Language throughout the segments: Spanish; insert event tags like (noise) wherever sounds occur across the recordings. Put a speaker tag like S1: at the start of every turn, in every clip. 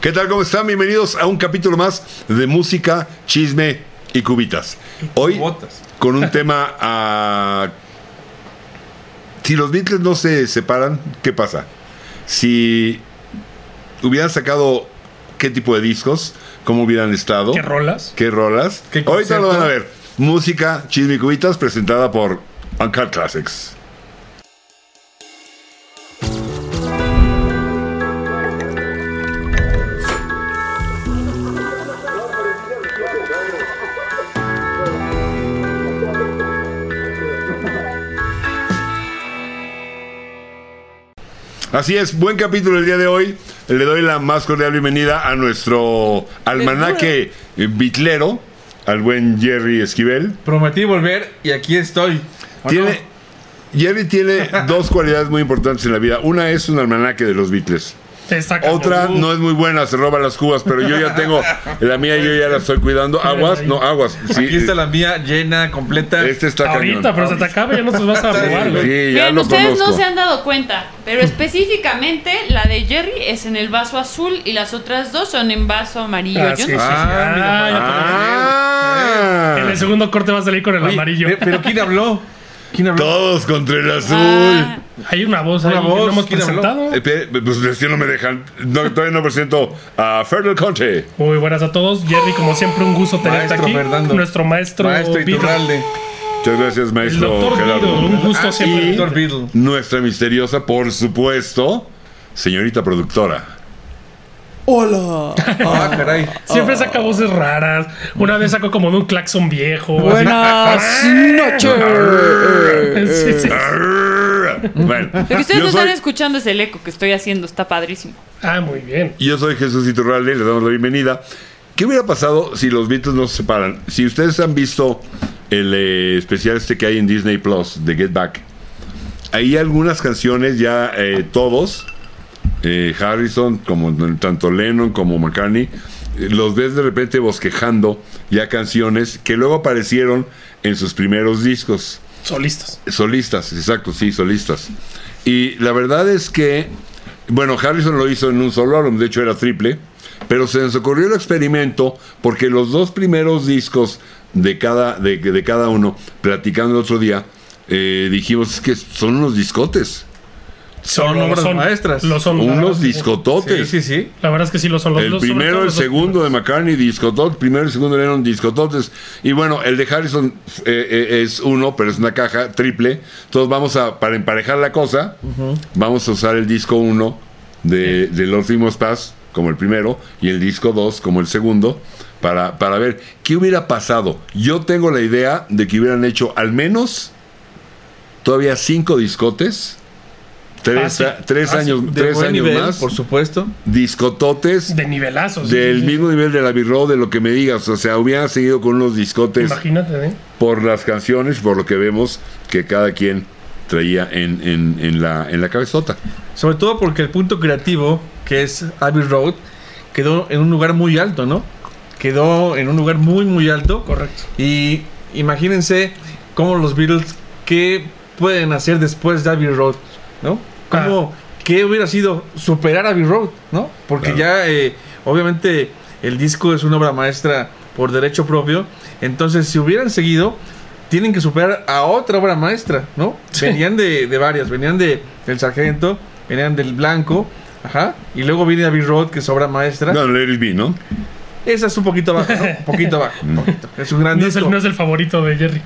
S1: ¿Qué tal? ¿Cómo están? Bienvenidos a un capítulo más de música, chisme y cubitas. Hoy
S2: Cubotas.
S1: con un tema ah, Si los Beatles no se separan, ¿qué pasa? Si hubieran sacado qué tipo de discos, cómo hubieran estado,
S2: ¿Qué rolas?
S1: qué rolas.
S2: ¿Qué
S1: Ahorita lo
S2: concepto?
S1: van a ver. Música, chisme y cubitas presentada por Uncut Classics. Así es, buen capítulo el día de hoy. Le doy la más cordial bienvenida a nuestro almanaque eh, bitlero, al buen Jerry Esquivel.
S2: Prometí volver y aquí estoy.
S3: Ah,
S2: ¿O
S1: Tiene, Jerry tiene dos cualidades muy importantes en la vida. Una es un almanaque de los Beatles.
S3: Te saca
S1: Otra
S3: los-
S1: no es muy buena, se roba las cubas, pero yo ya tengo la mía, yo ya la estoy cuidando. Aguas, no, aguas.
S2: no?
S1: Sí,
S2: aquí está la mía llena, completa.
S1: Este está
S3: Ahorita,
S1: cañón.
S3: pero se te acaba ya no te vas a robar, güey.
S1: Sí, ya
S4: Miren,
S1: lo
S4: ustedes
S1: conozco.
S4: no se han dado cuenta, pero específicamente la de Jerry es en el vaso azul y las otras dos son en vaso amarillo.
S3: Ah,
S4: Yo
S3: sí, sí,
S4: no-
S3: sí.
S2: Ah,
S3: Ah,
S2: mira.
S3: ya
S1: Ah,
S3: te- Eh, En el segundo corte vas a salir con el
S2: Oye,
S3: amarillo.
S2: ve- Pero ¿quién habló? ¿Quién habló?
S1: todos contra el azul.
S4: Ah,
S3: Hay una voz
S2: Una
S3: ahí que
S2: voz,
S3: no hemos
S2: ¿quién habló?
S3: presentado.
S1: Eh, pe- Pues es que no me dejan. No, todavía no presento a Fernando Conte.
S3: Muy buenas a todos. Jerry, como siempre, un gusto tenerte
S2: Maestro
S3: aquí.
S2: Fernando.
S3: Nuestro maestro,
S2: Maestro
S3: Beatle.
S2: Iturralde.
S1: Muchas gracias,
S3: El
S1: maestro
S3: doctor Beatle, un
S1: Gerardo.
S3: gusto
S2: Ah,
S3: siempre.
S2: y- Doctor Beatle.
S1: Nuestra misteriosa, por supuesto, señorita
S4: (laughs)
S1: productora.
S5: Hola.
S2: Ah, caray.
S3: Siempre saca voces raras. Una vez sacó como de un claxon viejo. así.
S5: Buenas noches.
S3: Sí, sí.
S1: Arr. Bueno,
S4: Lo que ustedes
S1: Ah, yo
S4: no están
S1: soy,
S4: escuchando es el eco que estoy haciendo, está padrísimo.
S3: Ah, muy bien.
S1: yo soy Jesús Iturralde y les damos la bienvenida. ¿Qué hubiera pasado si los Beatles no se separan? Si ustedes han visto el eh, especial este que hay en Disney Plus de Get Back, hay algunas canciones ya eh, todos, eh, Harrison, como tanto Lennon como McCartney, eh, los ves de repente bosquejando ya canciones que luego aparecieron en sus primeros discos.
S3: Solistas.
S1: Solistas, exacto, sí, solistas. Y la verdad es que, bueno, Harrison lo hizo en un solo álbum, de hecho era triple, pero se nos ocurrió el experimento porque los dos primeros discos de cada, de, de cada uno, platicando el otro día, eh, dijimos "Es que son unos discotes,
S2: Son
S3: Lo
S2: obras maestras.
S3: Lo son. La verdad
S1: unos
S3: es que sí.
S2: Sí,
S1: discototes.
S2: sí, sí.
S3: La verdad es que sí lo son. Los,
S1: El
S3: los- sobre
S1: primero,
S3: todo
S1: el
S3: los dos
S1: segundo de McCartney, discotot. Primero, el segundo de Lennon, discototes. Y bueno, el de Harrison eh, eh, es uno, pero es una caja triple. Entonces vamos a, para emparejar la cosa, vamos a usar el disco 1 de, de Los Fimos Paz como el primero y el disco 2 como el segundo para, para ver qué hubiera pasado. Yo tengo la idea de que hubieran hecho al menos todavía cinco discotes. Tres,
S3: Fácil.
S1: a- tres
S2: Ah, sí,
S1: años,
S2: de
S1: tres
S2: buen
S1: años
S2: nivel,
S1: más.
S2: Por supuesto.
S1: Discototes
S3: De nivelazos. sí,
S1: del
S3: sí, sí.
S1: mismo nivel de la birro de lo que me digas. O sea, hubiera seguido con unos discotes
S3: Imagínate, ¿eh?
S1: por las canciones, por lo que vemos que cada quien traía en, en- en la, en la cabezota.
S2: Sobre todo porque el punto creativo, que es Abbey Road, quedó en un lugar muy alto, ¿no? Quedó en un lugar muy, muy alto.
S3: Correcto.
S2: Y imagínense cómo los Beatles, qué pueden hacer después de Abbey Road, ¿no? ¿Cómo, qué hubiera sido superar Abbey Road, ¿no? Porque ya, eh, obviamente, el disco es una obra maestra por derecho propio. Entonces, si hubieran seguido, tienen que superar a otra obra maestra, ¿no? Venían de, de varias, venían de El Sargento, venían del Blanco, ajá. Y luego viene Abbey Road, que es obra maestra.
S1: No, Let It Be, ¿no?
S2: Esa es un poquito abajo, ¿no? Un poquito abajo, un poquito. Es un gran
S3: No es,
S2: disco.
S3: el, no es el favorito de Jerry.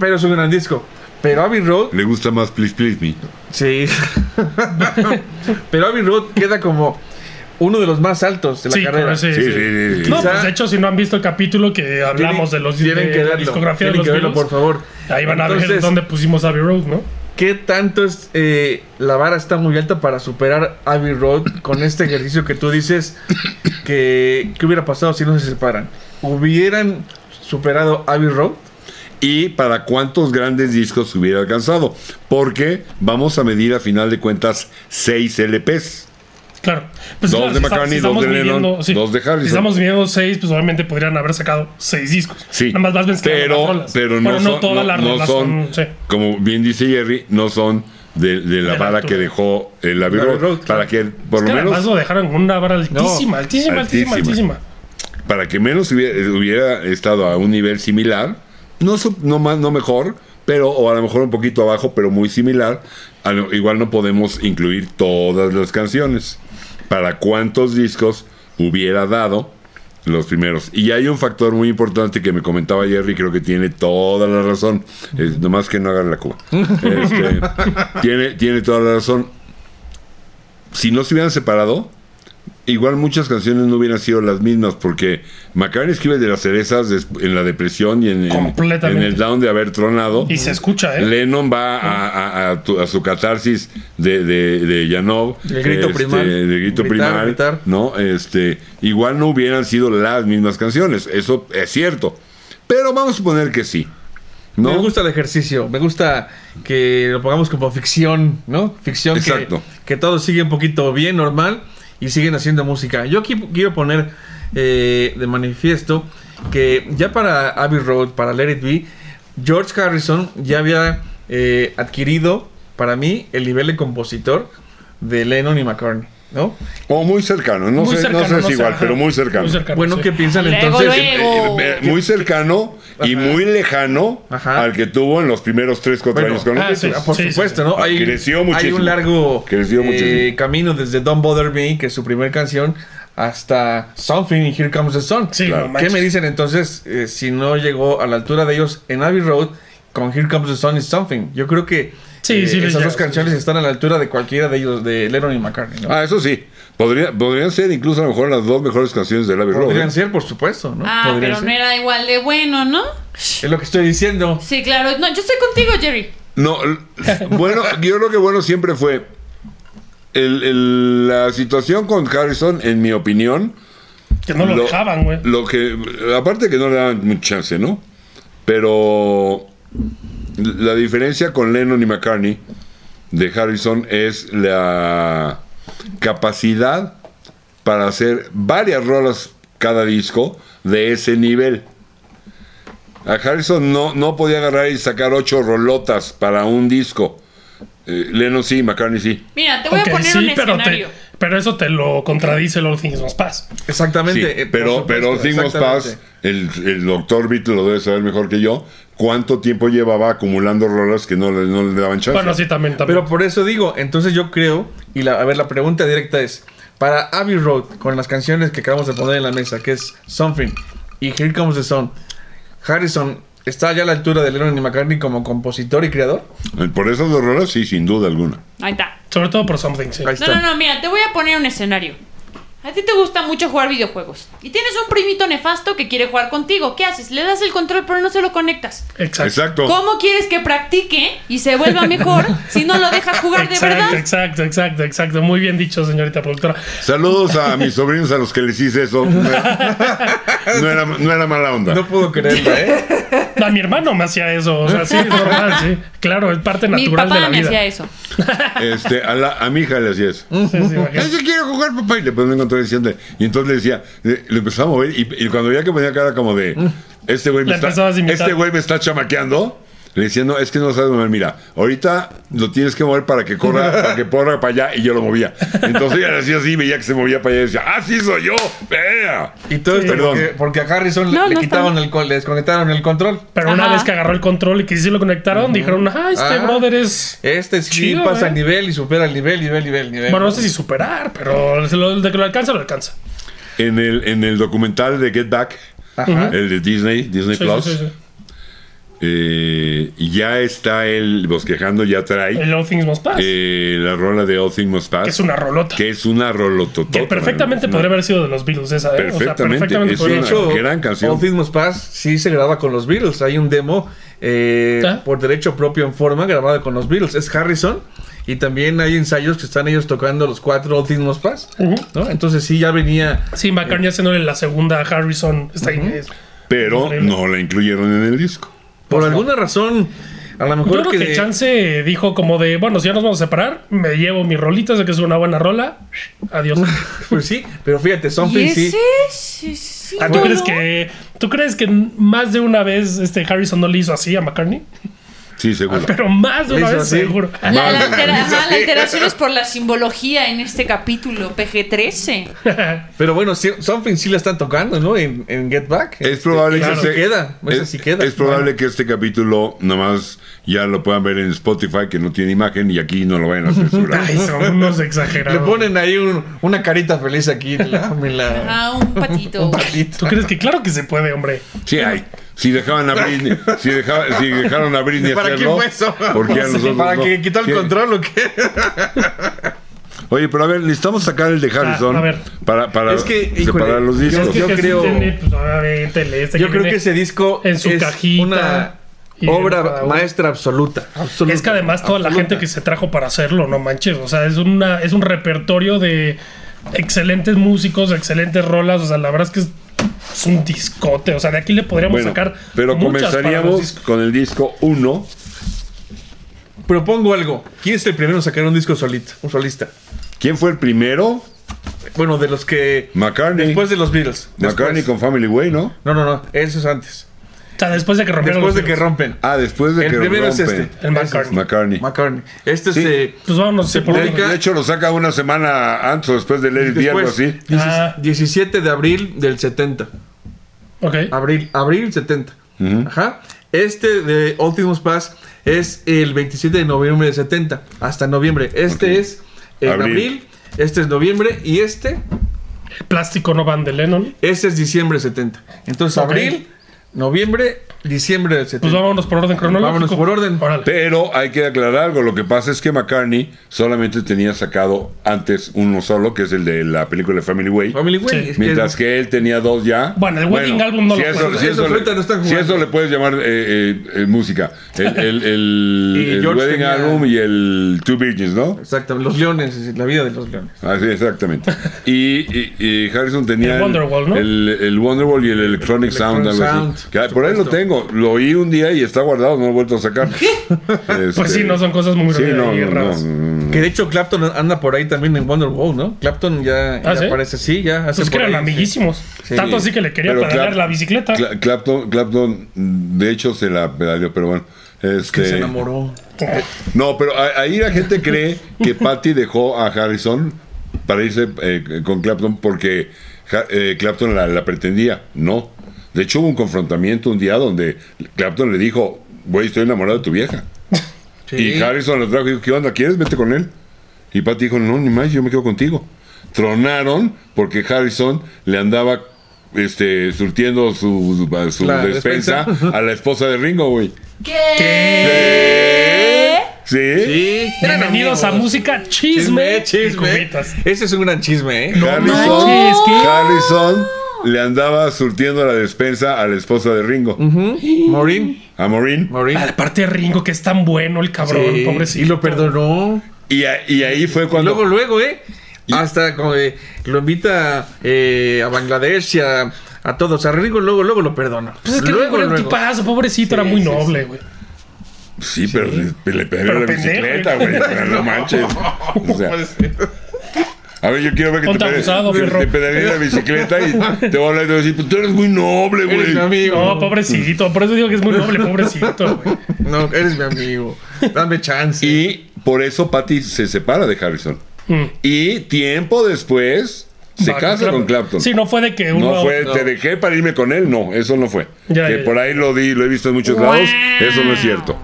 S2: Pero es un gran disco. Pero Abbey Road,
S1: Le gusta más Please Please Me.
S3: (laughs)
S2: sí. Pero Abbey Road queda como uno de los más altos de la
S3: Sí,
S2: carrera.
S3: claro, sí,
S1: Sí, sí,
S3: sí.
S1: sí, sí.
S3: No,
S2: Quizá-
S3: pues de hecho, si no han visto el capítulo que
S2: Tienen-
S3: hablamos de los
S2: tienen
S3: de
S2: que
S3: la
S2: verlo,
S3: discografía de
S2: tienen
S3: los
S2: que verlo,
S3: Beatles,
S2: por favor.
S3: ahí van a ver
S2: Entonces,
S3: dónde pusimos Abbey Road, ¿no?
S2: ¿Qué tanto es eh, la vara está muy alta para superar Abbey Road con este ejercicio que tú dices que qué hubiera pasado si no se separan? ¿Hubieran superado Abbey Road?
S1: y para cuántos grandes discos hubiera alcanzado. Porque vamos a medir a final de cuentas 6 LPs.
S3: Claro. Pues,
S1: Dos
S3: claro,
S1: de
S3: si está-
S1: McCartney,
S3: si
S1: dos
S3: estamos
S1: de Lennon,
S3: midiendo-
S1: dos de Harrison.
S3: Si estamos midiendo seis, pues obviamente podrían haber sacado seis discos.
S1: Sí,
S3: Nada más vas mezclando
S1: pero,
S3: las rolas.
S1: pero no,
S3: Bueno,
S1: son,
S3: todas
S1: no-
S3: las
S1: no
S3: rolas
S1: son,
S3: son- sí.
S1: como bien dice Jerry, no son de, de la
S3: De la
S1: vara
S3: altura.
S1: que dejó el Abbey
S2: La
S1: Road,
S2: Road,
S1: para que por
S3: Es
S1: lo
S3: que además
S1: menos
S3: lo dejaron con una vara altísima,
S2: No,
S3: altísima, altísima,
S1: altísima.
S3: altísima,
S1: para que menos hubiera, hubiera estado a un nivel similar, no su- no más no mejor, pero o a lo mejor un poquito abajo, pero muy similar. A lo- igual no podemos incluir todas las canciones. Para cuántos discos hubiera dado los primeros. Y hay un factor muy importante que me comentaba Jerry, creo que tiene toda la razón. Es, nomás que no hagan la cuba.
S3: (laughs)
S1: Este, tiene, tiene toda la razón. Si no se hubieran separado, Igual muchas canciones no hubieran sido las mismas porque McCartney escribe de las cerezas des- en la depresión y en, en-
S3: Completamente.
S1: en el down de haber tronado.
S3: Y se escucha, ¿eh?
S1: Lennon va a, a- a tu- a su catarsis de, de, de Yanov.
S2: El grito primar.
S1: El grito
S2: Gritar,
S1: primar.
S2: gritar.
S1: ¿no? Este, igual no hubieran sido las mismas canciones. Eso es cierto. Pero vamos a suponer que sí. ¿no?
S2: Me gusta el ejercicio, me gusta que lo pongamos como ficción, ¿no? Ficción que-
S1: Exacto.
S2: Que, todo sigue un poquito bien, normal, y siguen haciendo música. Yo aquí quiero poner eh, de manifiesto que ya para Abbey Road, para Let It Be, George Harrison ya había eh, adquirido, para mí, el nivel de compositor de Lennon y McCartney, ¿no?
S1: O muy cercano. No
S3: Muy
S1: sé,
S3: cercano,
S1: no sé
S3: no
S1: si
S3: sé,
S1: igual,
S3: ajá.
S1: pero muy cercano.
S3: Muy cercano,
S2: Bueno,
S3: sí.
S2: ¿qué piensan
S4: Luego,
S2: entonces?
S4: luego. Pero-
S1: Eh, eh, muy cercano y
S2: Ajá.
S1: muy lejano
S2: Ajá.
S1: al que tuvo en los primeros 3, 4
S2: Bueno,
S1: años con los
S3: ah,
S1: Beatles.
S3: sí.
S2: Por supuesto, ¿no?
S1: Ah,
S2: Hay,
S1: creció
S2: hay
S1: muchísimo.
S2: un largo
S1: Creció
S2: eh,
S1: muchísimo.
S2: camino desde Don't Bother Me, que es su primera canción, hasta Something y Here Comes the Sun.
S3: Sí,
S1: Claro.
S3: no
S2: ¿Qué
S3: manches.
S2: me dicen entonces eh, si no llegó a la altura de ellos en Abbey Road con Here Comes the Sun y Something? Yo creo que
S3: Sí,
S2: eh,
S3: sí,
S2: esas
S3: ya,
S2: dos
S3: sí,
S2: canciones están a la altura de cualquiera de ellos, de Lennon y McCartney. ¿no?
S1: Ah, eso sí. Podría, podrían ser incluso a lo mejor las dos mejores canciones del Abbey Road.
S2: Podrían
S1: ¿eh?
S2: ser, por supuesto, ¿no?
S4: Ah,
S2: Podrían
S4: pero
S2: ser.
S4: no era igual de bueno, ¿no?
S2: Es lo que estoy diciendo.
S4: Sí, claro. No, yo estoy contigo, Jerry.
S1: No, l- bueno, yo creo que bueno siempre fue el- el- la situación con Harrison, en mi opinión.
S3: Que no lo, dejaban, güey.
S1: Lo que, aparte que no le daban mucha chance, ¿no? Pero la diferencia con Lennon y McCartney de Harrison es la capacidad para hacer varias rolas cada disco de ese nivel. A Harrison no, no podía agarrar y sacar ocho rolotas para un disco. Eh, Lennon sí, McCartney sí.
S4: Mira, te voy
S3: Ok,
S4: a poner un
S3: pero,
S4: escenario.
S3: te- pero eso te lo contradice el All Things Must Pass.
S1: Sí,
S2: Exactamente. eh, por
S1: pero, pero
S2: supuesto,
S1: Things Must Pass,
S2: exactamente.
S1: el, el doctor Beatle lo debe saber mejor que yo, cuánto tiempo llevaba acumulando rolas que no, le- no le daban chance.
S3: Bueno, sí, también, también.
S2: Pero por eso digo, entonces yo creo, y la, a ver, la pregunta directa es, para Abbey Road, con las canciones que acabamos de poner en la mesa, que es Something y Here Comes the Sun, Harrison está ya a la altura de Lennon y McCartney como compositor y creador.
S1: Eh, Por esas dos rolas, sí, sin duda alguna.
S4: Ahí está.
S3: Sobre todo por Something, sí.
S2: Ahí
S4: No,
S2: está.
S4: no, no, mira, te voy a poner un escenario. A ti te gusta mucho jugar videojuegos. Y tienes un primito nefasto que quiere jugar contigo. ¿Qué haces? Le das el control, pero no se lo conectas.
S3: Exacto.
S1: Exacto.
S4: ¿Cómo quieres que practique y se vuelva mejor si no lo dejas jugar de
S3: Exacto,
S4: verdad?
S3: exacto, exacto, exacto. Muy bien dicho, señorita productora.
S1: Saludos a mis sobrinos a los que les hice
S2: (laughs)
S1: eso. No era, no era- no era mala onda.
S2: No puedo creerlo,
S3: (laughs)
S2: ¿eh?
S3: A mi hermano me hacía eso, o sea, sí, normal, sí. Claro, es parte
S4: Mi
S3: natural de
S4: papá
S3: la
S4: me hacía
S3: vida.
S4: eso.
S1: Este, a, la- a mi hija le hacía eso.
S3: Sí, sí, imagínate.
S1: Ese quiere jugar, papá. Y después me encontré diciendo. Y entonces le decía, le, le empezaba a mover. Y, y cuando veía que ponía cara como de, este güey me,
S3: Mm. La
S1: está,
S3: empezabas a imitar.
S1: este güey me está chamaqueando. Le decía, no, es que no sabes mover. Mira, ahorita lo tienes que mover para que
S3: (laughs)
S1: corra, para que corra para allá. Y yo lo movía. Entonces ella le hacía así, veía que se movía para allá. Y decía, ah, sí soy yo. Vea.
S2: Y todo esto
S1: Perdón.
S2: porque, porque a Harrison le-
S4: No,
S2: le,
S4: no
S2: quitaron
S4: está
S2: el, co- le desconectaron el control.
S3: Pero una
S4: Ajá.
S3: vez que agarró el control y que sí lo conectaron, dijeron, ah, este
S2: Ah.
S3: brother es...
S2: Este sí
S3: Chido,
S2: pasa
S3: ¿eh?
S2: el nivel y supera el nivel, nivel, nivel, nivel.
S3: Bueno, no sé si superar, pero se lo- de que lo alcanza, lo alcanza.
S1: En el, en el documental de Get Back,
S2: Ajá.
S1: el de Disney, Disney
S3: Sí,
S1: Plus,
S3: sí, sí, sí.
S1: eh, ya está él bosquejando, ya trae
S3: El All Things Must Pass,
S1: eh, la rola de All Things Must Pass.
S3: que es una rolota.
S1: que es una rolototota.
S3: Que perfectamente
S1: ¿no?
S3: podría haber sido de los Beatles esa, ¿eh? O sea,
S1: Perfectamente,
S3: perfectamente
S1: es
S3: podría
S2: De
S1: una-
S3: haber sido.
S2: hecho,
S1: gran canción.
S2: All Things Must Pass sí se graba con los Beatles. Hay un demo eh,
S3: Ah.
S2: por derecho propio en forma grabado con los Beatles. Es Harrison. Y también hay ensayos que están ellos tocando los cuatro All Things Must Pass.
S3: Ujú.
S2: ¿no? Entonces sí, ya venía...
S3: Sí, McCartney haciéndole la segunda a Harrison. Está ahí.
S1: Pero no la incluyeron en el disco.
S2: Por alguna razón, a lo
S3: Yo
S2: mejor
S3: creo que,
S2: que...
S3: Chance dijo como de, bueno, si ya nos vamos a separar, me llevo mi rolita, sé que es una buena rola.
S2: (laughs)
S3: Adiós.
S2: pues sí, pero fíjate,
S4: Y
S2: Something sí.
S4: ese sí, sí,
S3: Ah, ¿Tú
S4: dolor.
S3: crees que tú crees que más de una vez este Harrison no le hizo así a McCartney?
S1: Sí, seguro.
S3: Pero más de una
S2: Eso
S3: vez
S2: sí.
S3: seguro.
S4: La, la
S1: Más-
S4: altera- ajá, la alteración es por la simbología en este capítulo PG-13.
S2: Pero bueno, sí, Something sí la están tocando, ¿no? En, en Get Back.
S1: Es probable
S2: Esa
S1: que
S2: sí
S1: se-
S2: queda. esa
S1: es-
S2: sí queda.
S1: es probable que este capítulo nomás ya lo puedan ver en Spotify que no tiene imagen y aquí no lo
S2: (laughs)
S1: vayan a censurar.
S3: Ay, son unos
S2: Le
S3: exagerados.
S2: ponen ahí un- una carita feliz aquí en la. en la-
S4: Ah, un patito.
S2: un patito.
S3: ¿Tú crees que claro que se puede, hombre?
S1: Sí, hay. Si dejaban a Britney, si, deja- si dejaron a Britney
S2: ¿Para qué
S1: hacerlo,
S2: fue eso?
S1: porque
S2: (laughs)
S1: ya nosotros
S2: ¿Para
S1: no?
S2: que quitó el
S1: ¿Qué?
S2: control o qué?
S1: Oye, pero a ver, necesitamos sacar el de Harrison
S3: Ah, a ver.
S1: para, para
S2: Es que, híjole,
S1: separar los
S2: yo-
S1: discos.
S2: yo-
S3: Que sí
S2: creo-
S3: tiene, pues, obviamente, este
S2: Yo creo que
S3: viene-
S2: ese disco
S3: en su
S2: es
S3: cajita
S2: una
S3: y en
S2: obra
S3: cada uno.
S2: maestra absoluta. absoluta.
S3: Es que además toda la gente que se trajo para hacerlo, no manches. O sea, es, una, es un repertorio de excelentes músicos, excelentes rolas. O sea, la verdad es que es, es un discote. O sea, de aquí le podríamos
S1: Bueno,
S3: sacar.
S1: pero
S3: muchas para los
S1: comenzaríamos
S3: discos.
S1: con el disco 1.
S2: Propongo algo. ¿Quién es el primero en sacar un disco solito? Un solista.
S1: ¿Quién fue el primero?
S2: Bueno, de los que.
S1: McCartney.
S2: Después de los Beatles.
S1: McCartney con
S2: Después.
S1: Family Way, ¿no?
S2: No, no, no. Eso es antes.
S3: O sea, después de que rompieron
S2: Después
S3: los
S2: de que
S3: Beatles.
S2: rompen.
S1: Ah, después de
S2: El
S1: que
S2: primero es
S1: rompen.
S2: este.
S3: El
S2: Ese es
S3: McCartney.
S1: McCartney.
S2: McCartney. Este
S1: Sí.
S2: se.
S3: Pues vámonos, se
S1: De,
S2: publica-
S1: de hecho, lo saca una semana antes o después de Lady Di, algo
S2: Después,
S1: así.
S2: diecis-
S3: Ah.
S2: 17 de abril del 70.
S3: Ok.
S2: Abril, abril 70. Ajá. Este de Optimus Pass es el 27 de noviembre del 70 hasta noviembre. Este es en
S1: Abril.
S2: abril. este es noviembre y este,
S3: El plástico no van de Lennon.
S2: este es diciembre del 70. Entonces,
S3: Ok.
S2: abril, noviembre, diciembre del
S3: Pues
S2: 70.
S3: vámonos por orden cronológico.
S2: Vámonos por orden.
S3: Órale.
S1: Pero hay que aclarar algo. Lo que pasa es que McCartney solamente tenía sacado antes uno solo, que es el de la película Family Way.
S2: Family Way,
S3: Sí.
S2: es que-
S1: Mientras que él tenía dos ya.
S3: Bueno, el wedding album no
S1: si
S3: lo
S1: eso,
S3: cuenta.
S1: si
S2: Eso
S1: eso
S2: ahorita
S1: le,
S2: no están
S1: si
S2: jugando.
S1: eso le puedes llamar eh, eh, eh, música. El, el- el-
S2: (laughs) Y
S1: el
S2: George
S1: wedding
S2: tenía-
S1: album y el Two Virgins, ¿no?
S2: Exactamente, los leones, es decir, la vida de los leones.
S1: Así, exactamente. Y, y- y Harrison tenía
S3: El Wonderwall, ¿no?
S1: el, el Wonderwall y el Electronic Sound.
S2: Electronic
S1: algo así.
S2: Sound,
S1: Que ah,
S2: por
S1: por ahí lo
S2: supuesto.
S1: tengo. Lo oí un día y está guardado, no lo he vuelto a sacar. Este,
S3: Pues sí, no son cosas muy
S1: Sí, no,
S3: ahí
S1: no,
S3: raras.
S1: no, no, no.
S2: Que de hecho Clapton anda por ahí también en Wonderwall, ¿no? Clapton ya,
S3: ¿Ah,
S2: ya
S3: sí?
S2: aparece, sí, ya hace
S3: Pues que
S2: por
S3: eran
S2: ahí, sí.
S3: amiguísimos.
S2: Sí.
S3: Tanto así que le quería
S1: Pero
S3: pedalear
S1: Clap-
S3: la bicicleta.
S1: Cla- Clapton, Clapton, de hecho, se la pedaleó, pero bueno. Este,
S2: Que se enamoró.
S1: No, pero a- ahí la gente cree que Patty dejó a Harrison para irse eh, con Clapton porque Ja- eh, Clapton la, la pretendía. No. De hecho, hubo un confrontamiento un día donde Clapton le dijo, güey, estoy enamorado de tu vieja.
S2: Sí.
S1: Y Harrison lo trajo y dijo, ¿qué onda? ¿Quieres? Vete con él. Y Patty dijo, no, ni más, yo me quedo contigo. Tronaron porque Harrison le andaba este, surtiendo su, su
S2: La
S1: despensa
S2: despensa.
S1: a la esposa de Ringo,
S2: (laughs)
S1: güey.
S4: ¿Qué?
S1: ¿Sí?
S2: Sí, eran
S3: Bienvenidos a
S2: amigos.
S3: música, chisme, y cubitas.
S2: Ese es un gran chisme, ¿eh?
S1: Harrison,
S3: manches, ¿qué?
S1: Harrison le andaba surtiendo la despensa a la esposa de Ringo,
S2: Maureen,
S1: a Maureen.
S2: Maureen.
S3: Ah, Aparte de Ringo, que es tan bueno el cabrón,
S2: Sí,
S3: pobrecito.
S2: Y lo perdonó.
S1: Y, a- y ahí fue cuando.
S2: Luego, luego, ¿eh? Hasta como de, lo invita eh, a Bangladesh y a, a todos. A Ringo luego, luego lo perdona.
S3: Pues es que
S2: luego,
S3: Ringo era un
S2: luego.
S3: tipazo, pobrecito, era
S2: Sí,
S3: muy
S2: sí,
S3: noble, güey.
S1: sí, pero le, le pegó
S3: Pero
S1: la
S3: pendejo,
S1: bicicleta, güey. pero No
S3: (laughs)
S1: manches. O sea, a ver, yo quiero ver que
S3: Ponte
S1: te, pede-
S3: abusado,
S1: que
S3: perro.
S1: te pedaleé la bicicleta y te voy a hablar y te voy a decir, "Pues tú eres muy noble,
S2: Eres mi
S1: güey.
S2: amigo.
S3: No,
S2: No,
S3: pobrecito, por eso digo que es muy noble, pobrecito, güey.
S2: eres mi amigo. Dame chance.
S1: Y por eso Patty se separa de Harrison.
S3: Mm.
S1: Y tiempo después se
S3: Va,
S1: casa con Clapton.
S3: Sí, no fue de que uno.
S1: No fue,
S2: no.
S1: te dejé para irme con él, no, eso no fue.
S3: Ya,
S1: que
S3: ya, ya.
S1: por ahí lo di, lo he visto en muchos lados, eso no es cierto.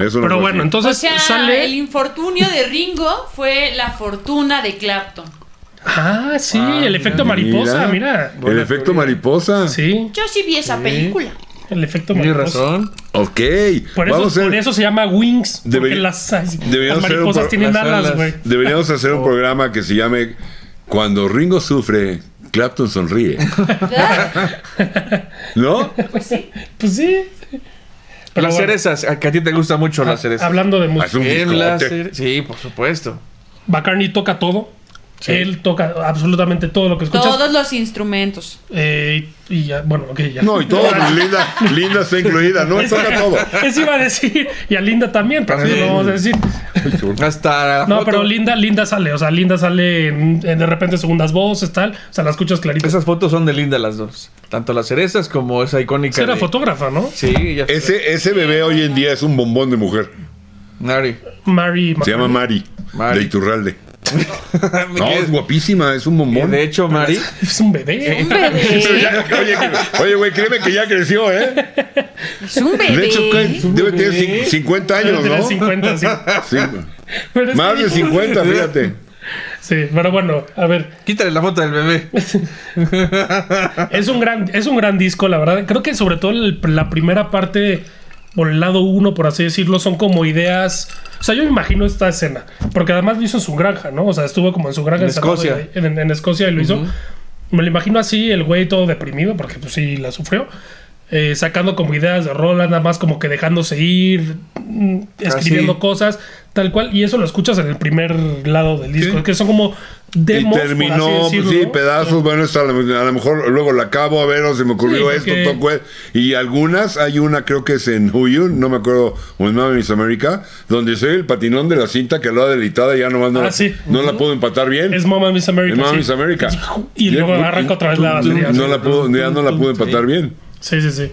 S1: Eso no fue
S3: Pero bueno,
S1: así.
S4: O
S3: entonces
S4: sea,
S3: sale.
S4: el infortunio de Ringo fue la fortuna de Clapton.
S3: Ah, sí, el efecto mariposa, mira.
S1: El efecto mariposa.
S3: Sí,
S4: Yo sí vi esa
S3: (laughs)
S4: película.
S3: el efecto
S2: Tienes
S3: mariposa.
S2: razón.
S1: Ok.
S3: Por eso,
S1: vamos a hacer-
S3: por eso se llama Wings. Porque
S1: Deberi-
S3: las, las
S1: deberíamos hacer un
S3: mariposas
S1: pro-
S3: tienen
S2: las
S3: alas,
S2: alas.
S3: güey.
S1: Deberíamos hacer
S3: Oh.
S1: un programa que se llame Cuando Ringo sufre, Clapton sonríe.
S4: ¿Verdad?
S1: ¿No?
S4: Pues sí.
S3: Pues sí. Pero
S2: las
S3: bueno, Ah,
S2: cerezas, a que a ti te gustan mucho las cerezas.
S3: Hablando de
S1: Hace
S3: música,
S1: un
S2: Em, las
S1: discote.
S2: cere- Sí, por supuesto.
S3: McCartney toca todo. Él toca absolutamente todo lo que escuchas.
S4: Todos los instrumentos.
S3: Eh, y ya, bueno, ok, ya.
S1: No, y todo, pues, Linda, Linda está incluida, no toca todo.
S3: (laughs) Eso iba a decir. Y a Linda también, pero eso no lo vamos a decir.
S2: Hasta la
S3: No,
S2: foto.
S3: pero Linda, Linda sale. O sea, Linda sale en- en de repente segundas voces, tal. O sea, la escuchas clarito.
S2: Esas fotos son de Linda las dos. tanto las cerezas como esa icónica.
S3: Pues Era
S2: de-
S3: fotógrafa, ¿no?
S2: Sí, ella fue.
S1: Ese, ese bebé hoy en día es un bombón de mujer. (laughs)
S2: Mari.
S3: Mary.
S1: Se llama Mari,
S2: Mari.
S1: de Iturralde.
S2: Me
S1: No,
S2: quedé-
S1: es guapísima, es un bombón.
S2: de hecho, Mari.
S3: Es un bebé. (laughs)
S4: Un bebé.
S1: Ya, oye, que- oye, güey, créeme que ya creció, ¿eh?
S4: Es un bebé.
S1: De hecho, ¿qué? debe tener cin- 50 años,
S3: Tenía
S1: ¿no?
S3: 50, sí.
S1: Sí,
S3: Pero es
S1: Más
S3: que-
S1: de 50, fíjate.
S3: Sí, pero bueno, a ver.
S2: Quítale la foto del bebé.
S3: Es un gran, es un gran disco, la verdad. Creo que sobre todo el- la primera parte o el lado uno, por así decirlo, son como ideas. O sea, yo me imagino esta escena, porque además lo hizo en su granja, ¿no? O sea, estuvo como en su granja
S2: En
S3: encerrado
S2: Escocia.
S3: y- en, en Escocia y lo hizo. Me lo imagino así, el güey todo deprimido, porque pues sí la sufrió. eh, sacando como ideas de rolas, nada más como que dejándose ir,
S1: Ah,
S3: mm, escribiendo cosas, tal cual. Y eso lo escuchas en el primer lado del disco,
S1: Sí.
S3: que son como
S1: Y
S3: demos. por así
S1: terminó, pues,
S3: decirlo,
S1: sí,
S3: ¿no?
S1: pedazos. Bueno, esta a lo a lo mejor luego la acabo, a ver, o se me ocurrió
S3: Sí,
S1: esto,
S3: porque-
S1: toco e- Y algunas, hay una creo que es en Huyun, no me acuerdo, o en Mami Miss America, donde soy el patinón de la cinta que lo ha delitada y ya nomás no,
S3: Ah, sí.
S1: no la puedo empatar bien.
S3: Es Mama Miss America.
S1: en Mama
S3: sí.
S1: Miss America.
S3: Y luego arranca otra vez la batería.
S1: No la pudo, ya no la pude empatar bien.
S3: Sí, sí, sí.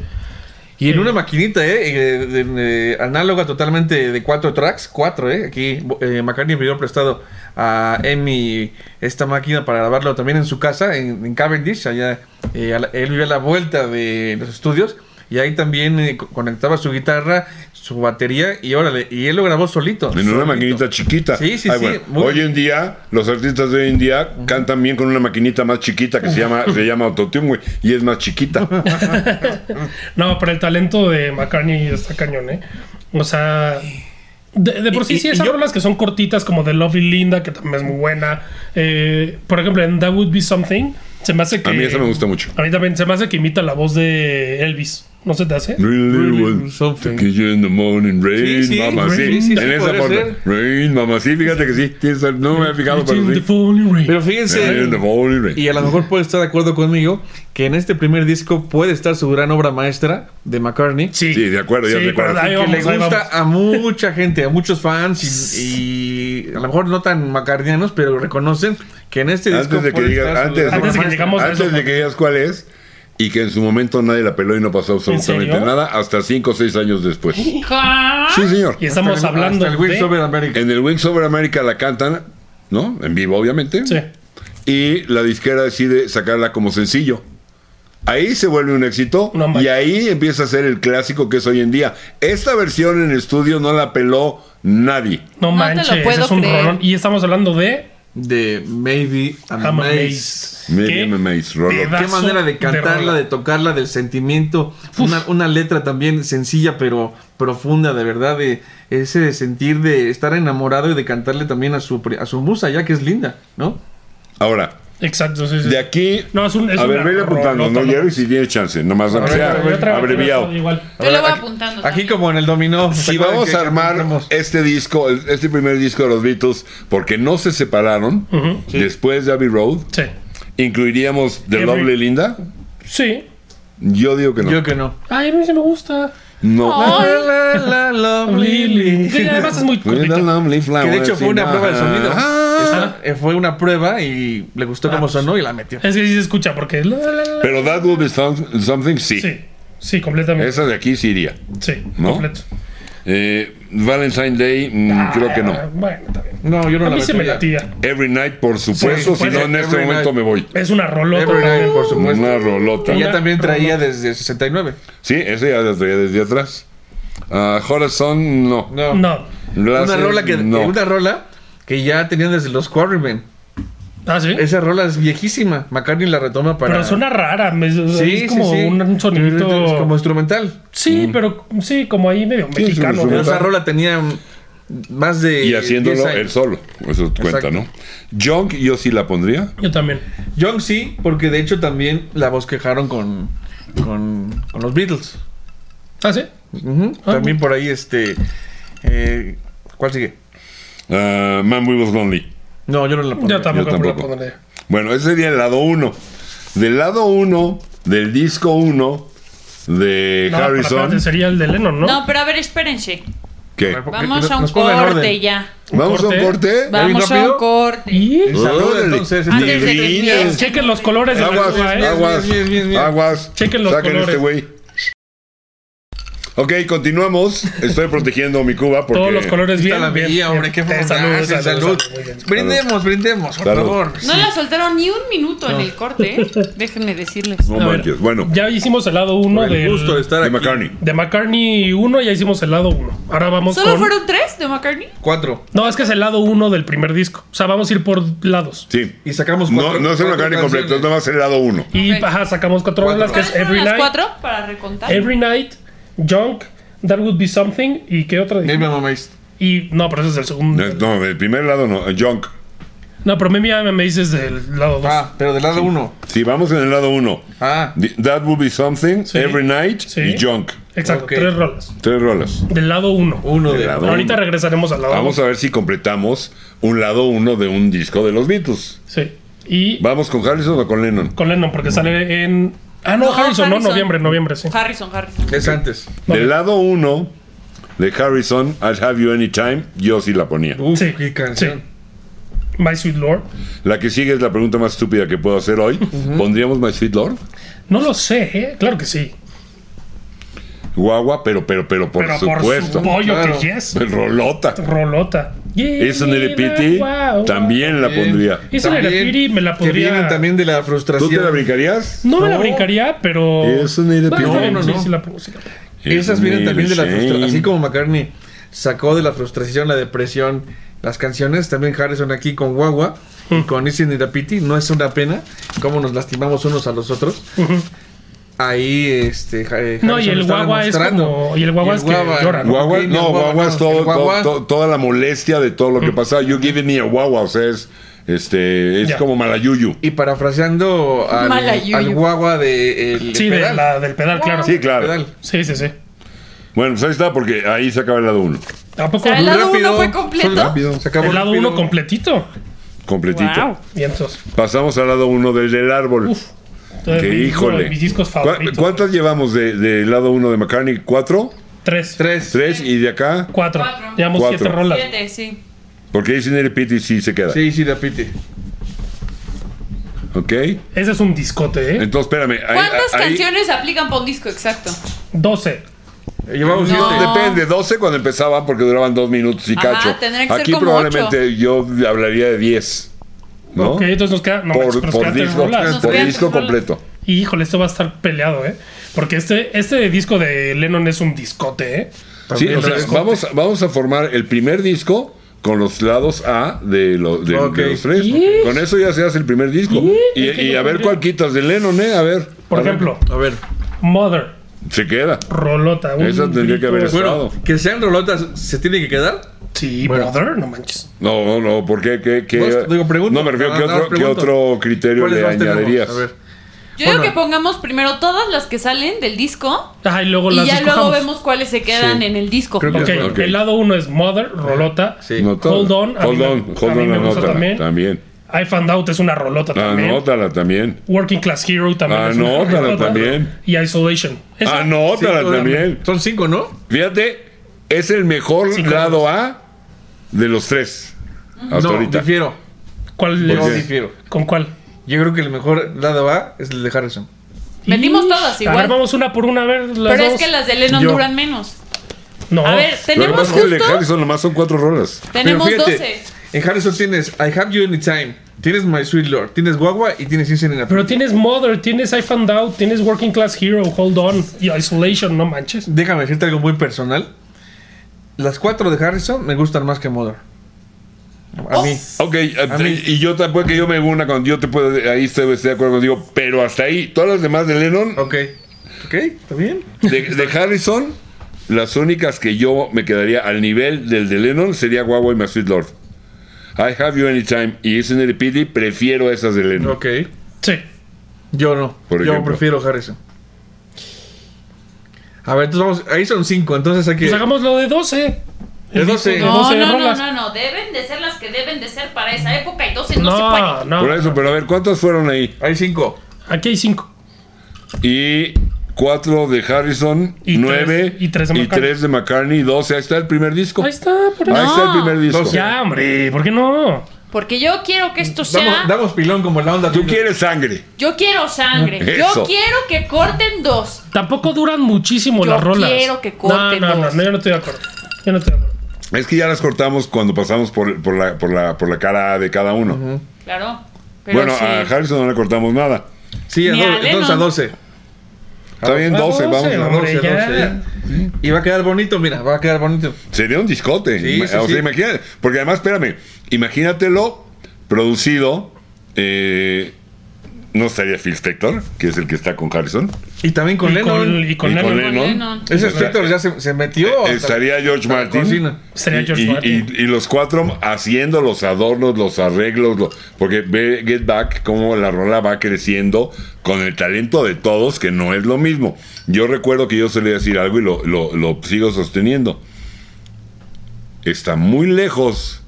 S2: Y en una maquinita, ¿eh? Eh, de- de- análoga totalmente de cuatro tracks. Cuatro, ¿eh? Aquí bo- eh, McCartney pidió prestado a Emi esta máquina para grabarlo también en su casa, en, en Cavendish. Allá eh, a la- él vivía a la vuelta de los estudios. Y ahí también eh, co- conectaba su guitarra, su batería y órale. Y él lo grabó solito.
S1: En una
S2: solito.
S1: maquinita chiquita.
S2: Sí, sí,
S1: Ay,
S2: sí,
S1: bueno,
S2: muy-
S1: hoy en día, los artistas de hoy en día cantan bien con una maquinita más chiquita que se llama, se llama Autotune, güey, y es más chiquita.
S3: No, pero el talento de McCartney está cañón, ¿eh? O sea. De, de por sí,
S2: Y-
S3: sí,
S2: y- y
S3: esas
S2: yo-
S3: rolas que son cortitas, como The Lovely Linda, que también es muy buena. Eh, por ejemplo, en That Would Be Something, se me hace que.
S1: A mí esa me gusta mucho.
S3: A mí también se me hace que imita la voz de Elvis. ¿No se te hace?
S1: Really,
S2: (laughs) Really
S1: want to
S2: something.
S1: kiss you in the morning, rain,
S2: Sí, sí,
S1: mama, sí.
S2: rain, sí, sí,
S1: en esa
S2: podría
S1: parte.
S2: ser.
S1: Rain, mama, sí, fíjate que sí. tienes- no me he fijado, pero
S3: It's in the
S1: sí.
S3: falling rain.
S2: Pero fíjense.
S1: Rain in the morning, rain.
S2: Y a lo mejor puede estar de acuerdo conmigo que en este primer disco puede estar su gran obra maestra de McCartney.
S3: sí.
S1: Sí, de acuerdo, ya
S3: Sí,
S1: recuerdo.
S3: pero ahí
S2: Que
S3: vamos,
S2: le
S3: ahí
S2: gusta
S3: vamos.
S2: a mucha gente, a muchos fans y, y a lo mejor no tan macardianos, pero reconocen que en este disco
S1: Antes de que
S2: puede
S1: digas,
S2: estar su
S1: antes,
S2: gran
S3: Antes de
S2: obra
S3: que
S2: maestra.
S3: digamos
S1: antes
S3: eso,
S1: de que digas cuál es, y que en su momento nadie la peló y no pasó absolutamente
S3: serio?
S1: nada, hasta 5 o 6 años después. Sí,
S4: Ja.
S1: señor.
S3: Y estamos
S2: Hasta el-
S3: hablando.
S2: hasta el Wings
S3: de-
S2: Over America.
S1: En el Wings Over America la cantan, ¿no? En vivo, obviamente.
S3: Sí.
S1: Y la disquera decide sacarla como sencillo. Ahí se vuelve un éxito
S3: No manches.
S1: y ahí empieza a ser el clásico que es hoy en día. Esta versión en estudio no la peló nadie.
S3: No,
S4: No te lo
S3: manches,
S4: puedo
S3: es un
S4: creer.
S3: rolón. Y estamos hablando de
S2: De Maybe I'm
S3: I'm
S2: Amazed.
S3: Amazed.
S1: Maybe
S3: ¿Qué?
S1: me mace, Rolo.
S3: pedazo
S2: Qué manera de cantarla,
S3: rola.
S2: de, tocarla, del sentimiento. Una, una letra también sencilla, pero profunda, de verdad, de ese sentir de estar enamorado y de cantarle también a su, pri- a su musa, ya que es linda, ¿no?
S1: Ahora,
S3: Exacto, sí, sí.
S1: de aquí.
S3: No, es un- es
S1: a ver,
S3: una
S1: vele apuntando,
S3: rolota,
S1: ¿no,
S3: ¿no?
S1: Jerry? Si tienes chance, nomás aunque
S2: ver,
S1: sea
S2: a ver, yo traigo-
S1: abreviado.
S3: Igual.
S4: Yo lo voy
S2: aquí-
S4: apuntando.
S2: Aquí como en el dominó. ¿se
S1: Si
S2: acuerdan
S1: vamos
S2: que-
S1: a
S2: que
S1: armar
S2: cantamos?
S1: este disco, el- este primer disco de los Beatles, porque no se separaron
S3: Ujú.
S1: después de Abbey Road,
S3: Sí.
S1: incluiríamos The
S3: Every-
S1: Lovely Linda.
S3: Sí.
S1: Yo digo que no.
S2: Yo que no.
S3: Ay, a mí se me gusta.
S1: No.
S4: Ay.
S2: La, la, la,
S3: (laughs)
S2: lovely lily.
S3: Sí, además
S1: (laughs)
S3: es muy
S1: With the
S3: cortita.
S1: lovely Ah. flowers
S2: Que de hecho fue
S1: in
S2: una
S1: my
S2: prueba de sonido.
S1: heart.
S2: Esta, eh, fue una prueba y le gustó
S1: Ah, pues
S2: cómo sonó y la metió.
S3: Es que sí se escucha porque. la, la, la, la.
S1: Pero That Will Be Som- Something, sí.
S3: Sí. Sí, completamente.
S1: Esa de aquí sí iría.
S3: Sí,
S1: ¿No?
S3: completo.
S1: Eh, Valentine Day, mm, creo que
S3: Ah,
S1: no.
S3: Bueno, está bien.
S2: No, yo no
S3: A
S2: la
S3: mí se me
S2: metería.
S3: latía.
S1: Every Night, por supuesto,
S2: Sí,
S1: si no en
S2: Every
S1: este momento
S2: Night.
S1: me voy.
S3: Es una rolota.
S2: Every Night, por supuesto.
S1: Una rolota.
S2: Que ya
S3: Una
S2: también traía desde el 69.
S1: Sí, esa ya la traía desde atrás. Ah, Horizon, no.
S2: No.
S3: No.
S1: Glasses,
S2: Una rola que
S1: no.
S2: una rola que ya tenían desde los Quarrymen.
S3: Ah, sí.
S2: Esa rola es viejísima. McCartney la retoma para
S3: Pero suena rara. me-
S2: Sí,
S3: es como
S2: sí, sí.
S3: un, un sonidito.
S2: Es como instrumental.
S3: Sí, pero sí, como ahí medio
S1: Mm. Sí, es un
S3: mexicano.
S2: Pero
S1: instrumento.
S3: ¿no?
S2: esa rola tenía más de
S1: Y haciéndolo
S2: 10
S1: él
S2: años.
S1: solo. Eso cuenta,
S2: Exacto.
S1: ¿no? Junk, yo sí la pondría.
S3: Yo también.
S2: Young sí, porque de hecho también la bosquejaron con con, con los Beatles.
S3: Ah, sí.
S2: Ujú.
S3: Ah,
S2: También por ahí este eh, ¿cuál sigue?
S1: Ah, Man, We Was Lonely.
S2: No, yo no la pondría.
S3: Yo tampoco,
S1: Yo
S3: la
S1: tampoco.
S3: pondría.
S1: Bueno, ese sería el lado 1. Del lado 1, del disco 1 de
S3: No, pero
S1: Harrison.
S3: espérate, sería el de Lennon, ¿no?
S4: No, pero a ver, espérense.
S1: ¿Qué?
S4: Vamos a un
S2: Nos ponga en
S4: corte
S2: orden.
S4: ya.
S1: ¿Vamos a un corte?
S4: Vamos a un
S2: rápido?
S4: corte.
S3: Y
S2: Salud,
S1: Órale.
S2: entonces. este,
S1: Ni
S4: Antes de que
S1: riñas.
S4: empieces.
S3: Este, chequen los colores de la
S1: Aguas,
S3: uva, ¿eh?
S1: aguas,
S2: Bien, bien, bien.
S1: aguas.
S3: Chequen los
S1: Saquen
S3: colores.
S1: este güey. Ok, continuamos. Estoy protegiendo mi Cuba porque...
S3: Todos los colores bien.
S2: Está la
S3: bien,
S2: bebida,
S3: bien.
S2: hombre, qué
S3: Eh,
S2: forma.
S3: Salud,
S2: Gracias,
S3: salud.
S2: salud.
S3: salud, muy bien.
S2: Brindemos, brindemos, por
S1: Salud.
S2: favor.
S4: No la soltaron ni un minuto en el corte,
S3: (laughs)
S4: ¿eh? déjenme decirles.
S1: No
S3: A ver,
S1: manches. Bueno,
S3: Ya hicimos el lado 1
S2: Por el
S3: del,
S2: gusto de estar
S1: de
S2: aquí.
S1: McCartney.
S3: de McCartney 1, ya hicimos el lado 1. Ahora vamos
S4: ¿Solo
S3: con...
S4: fueron tres de McCartney?
S2: Cuatro.
S3: No, es que es el lado 1 del primer disco. O sea, vamos a ir por lados.
S1: Sí.
S2: Y sacamos
S1: No,
S2: cuatro.
S1: no es el
S2: cuatro
S1: McCartney completo, es
S2: canciones.
S1: nada más el lado uno.
S3: Y
S4: Ok.
S3: ajá, sacamos cuatro
S2: Cuatro.
S3: rolas, que
S4: ¿Cuáles
S3: es
S4: fueron
S3: Every
S4: las
S3: Night,
S4: cuatro para recontar?
S3: Every Night, Junk, That Would Be Something y qué otra.
S2: Maybe I'm amazed.
S3: Y no, pero ese es el segundo.
S1: No, no, del primer lado no, el Junk.
S3: No, pero Maybe I'm Amazed es del lado 2.
S2: Ah, pero del lado uno.
S1: Sí, vamos en el lado uno.
S2: Ah,
S1: The- That Will Be Something,
S3: Sí.
S1: Every Night
S3: Sí.
S1: y Junk.
S3: Exacto,
S2: ok.
S3: tres rolas.
S1: Tres rolas.
S3: Del lado 1.
S2: uno
S1: Del
S2: de.
S1: lado
S3: Ahorita
S1: uno.
S3: regresaremos al lado
S1: Vamos
S3: dos.
S1: a ver si completamos un lado uno de un disco de los Beatles.
S3: Sí. Y
S1: ¿Vamos con Harrison o con Lennon?
S3: con Lennon, porque sale en. Ah, no,
S4: No,
S3: Harrison, no,
S4: Harrison.
S3: noviembre, noviembre, sí.
S4: Harrison, Harrison.
S2: Es antes.
S1: Del lado uno de Harrison, I'll Have You Anytime, yo sí la ponía.
S2: Uf,
S3: Sí.
S2: qué canción.
S3: My Sweet Lord.
S1: La que sigue es la pregunta más estúpida que puedo hacer hoy. ¿Pondríamos My Sweet Lord?
S3: No lo sé, ¿eh? Claro que sí.
S1: Guagua, pero, pero, pero, por
S3: pero
S1: supuesto.
S3: por su pollo
S2: Claro.
S3: que yes.
S1: Rolota.
S3: Rolota.
S1: Eso
S3: Eso
S1: en el PT también la
S2: Bien.
S1: pondría.
S3: Esa
S2: También,
S3: de la Piri me la
S2: Que
S3: podría-
S2: vienen también de la
S1: ¿Tú
S2: frustración.
S1: te la brincarías?
S3: No me la
S2: No.
S3: brincaría, pero.
S1: Oh. Eso ni de
S3: Ah, está
S1: pito.
S3: bien,
S2: No,
S3: sí,
S2: no,
S3: sí
S2: no.
S3: la pongo, sí la pongo.
S2: Esas vienen
S1: Isn't it
S2: también
S1: a
S2: de la frustración.
S1: shame?
S2: Así como McCartney sacó de la frustración, la depresión, las canciones. También Harrison aquí con Guagua y con Isn't It a Pity. No es una pena cómo nos lastimamos unos a los otros.
S3: Ujú.
S2: Ahí, este. Ja- eh,
S3: No,
S2: Harrison
S3: y el
S2: está
S3: guagua es
S2: demostrando.
S3: como- y el guagua es que llora, ¿no? Mm.
S1: Guagua,
S2: Ok,
S1: no,
S2: el
S1: guagua
S2: no,
S1: es todo,
S2: el guagua-
S1: todo- todo- toda la molestia de todo lo que pasa. You giving me a guagua, o sea, es, este, es
S3: Ya.
S1: como malayuyu.
S2: Y parafraseando al,
S4: Mala Yuyu.
S2: al guagua de el
S3: Sí, de
S2: pedal,
S3: la- del pedal, claro.
S1: Sí, claro.
S2: pedal.
S3: Sí, sí, sí.
S1: Bueno, pues ahí está, porque ahí se acaba el lado uno.
S3: ¿A poco?
S4: O sea, el
S3: el
S4: lado
S2: Rápido,
S4: uno fue
S2: solo
S4: completo.
S2: rápido, se acabó
S3: el lado
S2: rápido.
S3: uno completito.
S1: Completito.
S4: Wow.
S3: Y entonces.
S1: Pasamos al lado uno del del árbol.
S3: Uf.
S1: que híjole.
S3: Mis discos
S1: ¿Cuá-
S3: favoritos.
S1: ¿Cuántas llevamos del de del lado uno de McCartney? ¿Cuatro?
S3: Tres.
S2: Tres.
S1: ¿Tres? ¿Y de acá?
S3: Cuatro.
S4: Cuatro.
S3: Llevamos
S1: Cuatro.
S3: siete rolas.
S4: Siete, sí.
S1: Porque dicen el piti sí se queda.
S2: Sí, sí, de Piti.
S1: ¿Ok?
S3: Ese es un discote, ¿eh?
S1: Entonces, espérame. ahí-
S4: ¿Cuántas
S1: ahí-
S4: canciones aplican para un disco exacto?
S3: Doce.
S2: Llevamos
S4: No.
S2: siete.
S1: Depende, 12 cuando empezaban porque duraban dos minutos y
S4: Ah. Ajá,
S1: cacho.
S4: tendrían que ser
S1: Aquí
S4: como
S1: probablemente yo hablaría de 10. ¿No?
S3: Ok, entonces nos queda. No, pues, manches,
S1: por,
S3: nos
S1: por
S3: quedan tres
S1: disco,
S3: rolas.
S1: por
S4: quedan
S1: disco
S4: tres rolas.
S1: completo.
S3: Y, Híjole, esto va a estar peleado, ¿eh? Porque este, este disco de Lennon es un discote, ¿eh?
S1: Sí,
S2: También
S1: o sea,
S2: tres.
S1: vamos, a- vamos a formar el primer disco con los lados A de, lo- de- de
S2: Ok.
S1: los tres.
S3: Y-
S1: Con eso ya se hace el primer disco.
S3: Y-
S1: Y,
S3: es que
S1: y
S3: no
S1: a ver
S3: podría-
S1: cuál quitas de Lennon, ¿eh? A ver.
S3: Por
S1: A ver.
S3: ejemplo,
S2: A ver.
S3: Mother,
S1: Se queda.
S3: Rolota. un
S1: Esa tendría que haber
S3: grito-
S1: estado.
S2: Bueno, que sean rolotas, ¿se tiene que quedar?
S3: Sí,
S2: Bueno.
S3: Mother, no manches.
S1: No, no, no, ¿por qué? ¿Qué- qué?
S2: Dos, digo, pregunto.
S1: no, me refiero,
S2: Ah,
S1: ¿qué,
S2: nada
S1: otro,
S2: más
S1: ¿qué
S2: pregunto.
S1: otro criterio
S2: ¿Cuáles
S1: le
S2: más tenemos?
S1: añadirías?
S2: A ver.
S4: Yo digo
S2: Bueno.
S4: que pongamos primero todas las que salen del disco
S3: Ajá, y luego
S4: y
S3: las
S4: ya luego
S3: escojamos.
S4: vemos cuáles se quedan
S2: Sí.
S4: en el disco.
S2: Creo que-
S3: Ok,
S1: Ok. Ah,
S3: el lado uno es Mother, Rolota.
S2: Sí.
S1: No, todo.
S3: Hold on, a
S1: Hold
S3: mí me-
S1: on,
S3: a
S1: hold
S3: mí
S1: on,
S3: me gusta
S1: anótala,
S3: también.
S1: también.
S3: I Found Out es una rolota
S1: Ah,
S3: también.
S1: Anótala también.
S3: Working Class Hero también. es una
S1: Anótala
S3: rolota.
S1: Ah, también. Ah,
S3: Y Isolation. Esa-
S1: Anótala
S2: Cinco,
S1: también.
S2: Son cinco, ¿no?
S1: Fíjate, es el mejor
S3: Cinco.
S1: lado A de los tres. Hasta
S2: no,
S1: ahorita.
S2: difiero.
S3: ¿Cuál
S1: ¿Por
S2: Yo
S1: qué?
S3: es?
S2: difiero.
S3: ¿Con cuál?
S2: Yo creo que el mejor lado A es el de Harrison.
S4: Metimos
S3: Y-
S4: todas
S3: A
S4: igual.
S3: ver, vamos una por una, a ver. Las
S4: Pero
S3: dos.
S4: es que las de Lennon
S3: Yo.
S4: duran menos.
S3: No.
S4: A ver,
S1: Lo que
S4: tenemos
S1: pasa es que el de
S4: justo.
S1: Harrison nomás son cuatro rolas.
S4: Tenemos
S2: Pero eh,
S4: 12.
S2: En Harrison tienes I Have You Anytime, tienes My Sweet Lord, tienes Guagua y tienes Isn't It a
S3: Pero
S2: Pity.
S3: tienes Mother, tienes I Found Out, tienes Working Class Hero, Hold On y Isolation, no manches.
S2: Déjame decirte algo muy personal. Las cuatro de Harrison me gustan más que Mother. A mí.
S1: Ok, eh,
S2: A mí-
S1: y yo tampoco que yo me una con yo te puedo, ahí estoy, estoy de acuerdo contigo, pero hasta ahí, todas las demás de Lennon,
S2: Ok. Ok, está bien.
S1: de, de (laughs) Harrison, las únicas que yo me quedaría al nivel del de Lennon sería Guagua y My Sweet Lord. I Have You Anytime y Isn't It a Pity, prefiero esas de Lennon.
S2: Ok.
S3: Sí.
S2: Yo no.
S1: Por
S2: Yo
S1: ejemplo.
S2: prefiero Harrison. A ver, entonces vamos. Ahí son cinco, entonces aquí.
S3: Pues hagamos lo de 12.
S2: De 12.
S3: disco de
S4: No,
S3: 12
S4: no, no,
S3: rolas.
S4: no, no. Deben de ser las que deben de ser para esa época y 12 no, se
S3: No,
S4: puede.
S3: no.
S1: Por eso, pero a ver, ¿cuántas fueron ahí?
S2: Hay cinco.
S3: Aquí hay 5.
S1: Y 4 de Harrison,
S3: Y
S1: 9
S3: tres- y tres de
S1: y
S3: McCartney.
S1: 3 de McCartney, 12. Ahí está el primer disco.
S3: Ahí está, por
S1: Ahí
S3: ahí.
S1: está el primer disco.
S2: Doce.
S3: Ya, hombre, ¿por qué no?
S4: Porque yo quiero que esto sea.
S2: Damos, damos pilón como la onda.
S1: Tú quieres sangre.
S4: Yo quiero sangre.
S1: Eso.
S4: Yo quiero que corten dos.
S3: Tampoco duran muchísimo
S4: Yo
S3: las rolas.
S4: quiero que
S3: no,
S4: corten
S3: no, no,
S4: dos.
S3: no, yo no estoy de acuerdo. Yo no estoy de acuerdo.
S1: Es que ya las cortamos cuando pasamos por, por la, por, la, por la cara de cada uno.
S4: Claro. Pero
S1: Bueno,
S4: sí.
S1: a Harrison no le cortamos nada.
S2: Sí, a
S4: Ni
S2: do-
S4: a
S2: entonces
S4: Lennon.
S2: a 12.
S1: Está bien,
S3: Ah,
S1: 12, vamos.
S2: A
S3: doce. Hombre,
S2: 12,
S3: ya.
S2: 12. ya. Y va a quedar bonito, mira, va a quedar bonito.
S1: Sería un discote.
S2: Sí,
S1: Ima-
S2: sí,
S1: o sea,
S2: sí.
S1: imagínate- porque además, espérame, imagínatelo producido. eh, no estaría Phil Spector, que es el que está con Harrison.
S2: Y también con
S3: Y
S2: Lennon.
S3: con- y con
S1: y con
S3: Lennon.
S1: Lennon.
S4: Lennon.
S2: Ese
S1: Estaría-
S2: Spector ya se, se metió.
S1: eh,
S2: hasta la-
S1: estaría George
S2: hasta la
S1: Martin.
S2: cocina.
S3: Sería
S1: y,
S3: George
S1: y-
S3: Martin.
S1: y- y los cuatro haciendo los adornos, los arreglos, lo- porque ve Get Back, como la rola va creciendo con el talento de todos, que no es lo mismo. Yo recuerdo que yo solía decir algo y lo, lo- lo sigo sosteniendo. Está muy lejos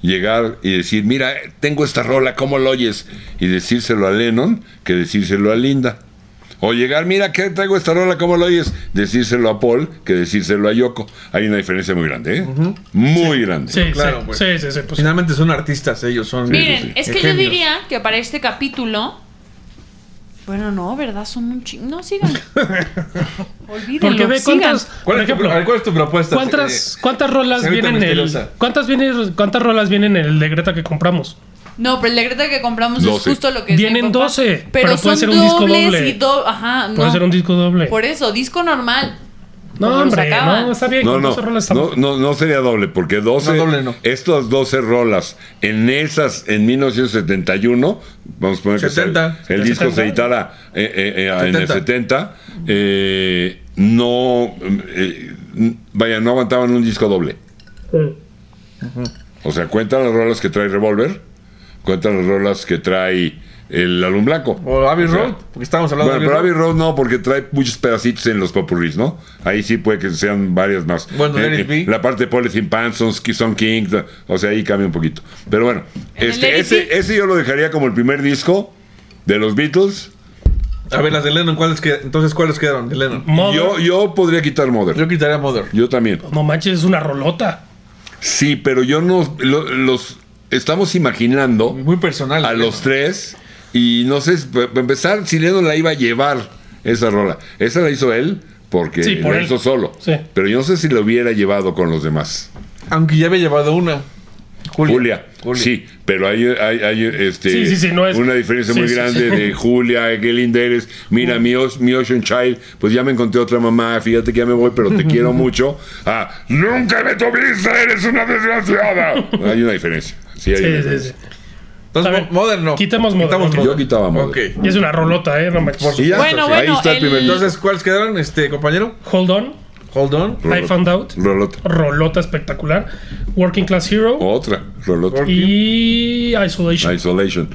S1: llegar y decir, mira, tengo esta rola, ¿cómo lo oyes? Y decírselo a Lennon que decírselo a Linda. O llegar, mira, que traigo esta rola, ¿cómo lo oyes? Decírselo a Paul que decírselo a Yoko. Hay una diferencia muy grande, ¿eh? Muy grande.
S3: Sí,
S2: Claro,
S3: sí,
S2: pues.
S3: sí, sí, sí, pues.
S2: Finalmente son artistas, ellos son.
S4: Miren, es que yo
S2: genios.
S4: diría que para este capítulo. Bueno, no, ¿verdad? Son un chingo. No, sigan. Olvídenlo.
S3: Porque ve
S4: sigan.
S3: cuántas, por
S2: ¿Cuál es, tu,
S3: ejemplo,
S2: a ver, ¿Cuál es tu propuesta?
S3: ¿cuántas,
S2: Eh,
S3: cuántas rolas
S2: señorita
S3: vienen en el
S2: misteriosa?
S3: cuántas vienen cuántas rolas vienen en el de Greta que compramos?
S4: No, pero el decreto que compramos es
S1: Doce.
S4: justo lo que.
S3: Vienen
S4: dijo papá.
S3: doce,
S4: Pero,
S3: pero puede
S4: son
S3: ser un disco
S4: dobles
S3: doble.
S4: y do- Ajá, no.
S3: Puede ser un disco doble.
S4: Por eso, disco normal. Como
S3: no,
S4: los
S3: hombre,
S4: acaban.
S3: no, está bien,
S1: No,
S3: con
S1: no,
S3: doce rolas está-
S1: no, no, no sería doble, porque 12,
S2: No, doble no.
S1: estas 12 rolas en esas, en 1971, vamos a poner que
S2: 70.
S1: el, el disco se
S3: 70.
S1: editara eh, eh, eh, en el
S2: 70.
S1: 70, eh, no, eh, vaya, no aguantaban un disco doble. O sea, cuentan las rolas que trae Revolver, cuentan las rolas que trae el Alum Blanco.
S2: O Abbey
S1: O sea,
S2: Road, porque estábamos hablando
S1: Bueno,
S2: de
S1: pero Abbey Road no, porque trae muchos pedacitos en los popurris, ¿no? Ahí sí puede que sean varias más. Eh,
S2: Bueno, Let It Be.
S1: La parte de Polythene Pansons, Son King, o sea, ahí cambia un poquito. Pero bueno,
S4: En
S1: este,
S4: el Let It
S1: ese,
S4: Be.
S1: ese yo lo dejaría como el primer disco de los Beatles.
S2: A ver, las de Lennon, ¿cuáles quedan? Entonces, ¿cuáles quedaron de Lennon?
S1: Mm.
S3: Mother.
S1: Yo, yo podría quitar Mother. Yo,
S2: Yo quitaría Mother.
S1: también.
S3: No manches, es una rolota.
S1: Sí, pero yo no. lo- los estamos imaginando
S2: Muy personal.
S1: a
S2: Lennon.
S1: los tres y no sé, para empezar, si Lennon la iba a llevar esa rola. Esa la hizo él. Porque
S3: Sí, por
S1: la
S3: él.
S1: hizo solo.
S3: Sí.
S1: Pero yo no sé si la hubiera llevado con los demás.
S2: Aunque ya había llevado una.
S1: Julia. Sí, pero hay, hay- hay, este,
S3: Sí, sí, sí, no es-
S1: una diferencia
S3: sí,
S1: muy
S3: sí,
S1: grande
S3: sí. (laughs)
S1: de Julia, Egelin Deres. Mira, mi, os- mi Ocean Child, pues ya me encontré otra mamá. Fíjate que ya me voy, pero
S3: (laughs)
S1: te quiero mucho. Ah, nunca me tuviste, eres una
S3: (laughs)
S1: desgraciada. Hay una diferencia. Sí, hay
S3: Sí,
S1: una
S3: sí,
S1: diferencia.
S3: sí.
S2: Entonces,
S3: A ver,
S2: Mother no.
S3: quitemos Mother,
S2: Quitamos
S3: ok.
S1: Yo quitaba Mother.
S2: Ok.
S3: Y es una rolota, eh, no manches.
S1: Y ya
S4: Bueno,
S1: está, ahí
S4: bueno,
S1: está el
S4: el-
S1: primer disco.
S2: Entonces, ¿cuáles quedaron, este compañero?
S3: Hold on,
S2: Hold on.
S1: Rolota.
S3: I found out.
S1: Rolota.
S3: Rolota espectacular. Working Class Hero
S1: Otra, Rolota.
S3: y Isolation.
S1: Isolation.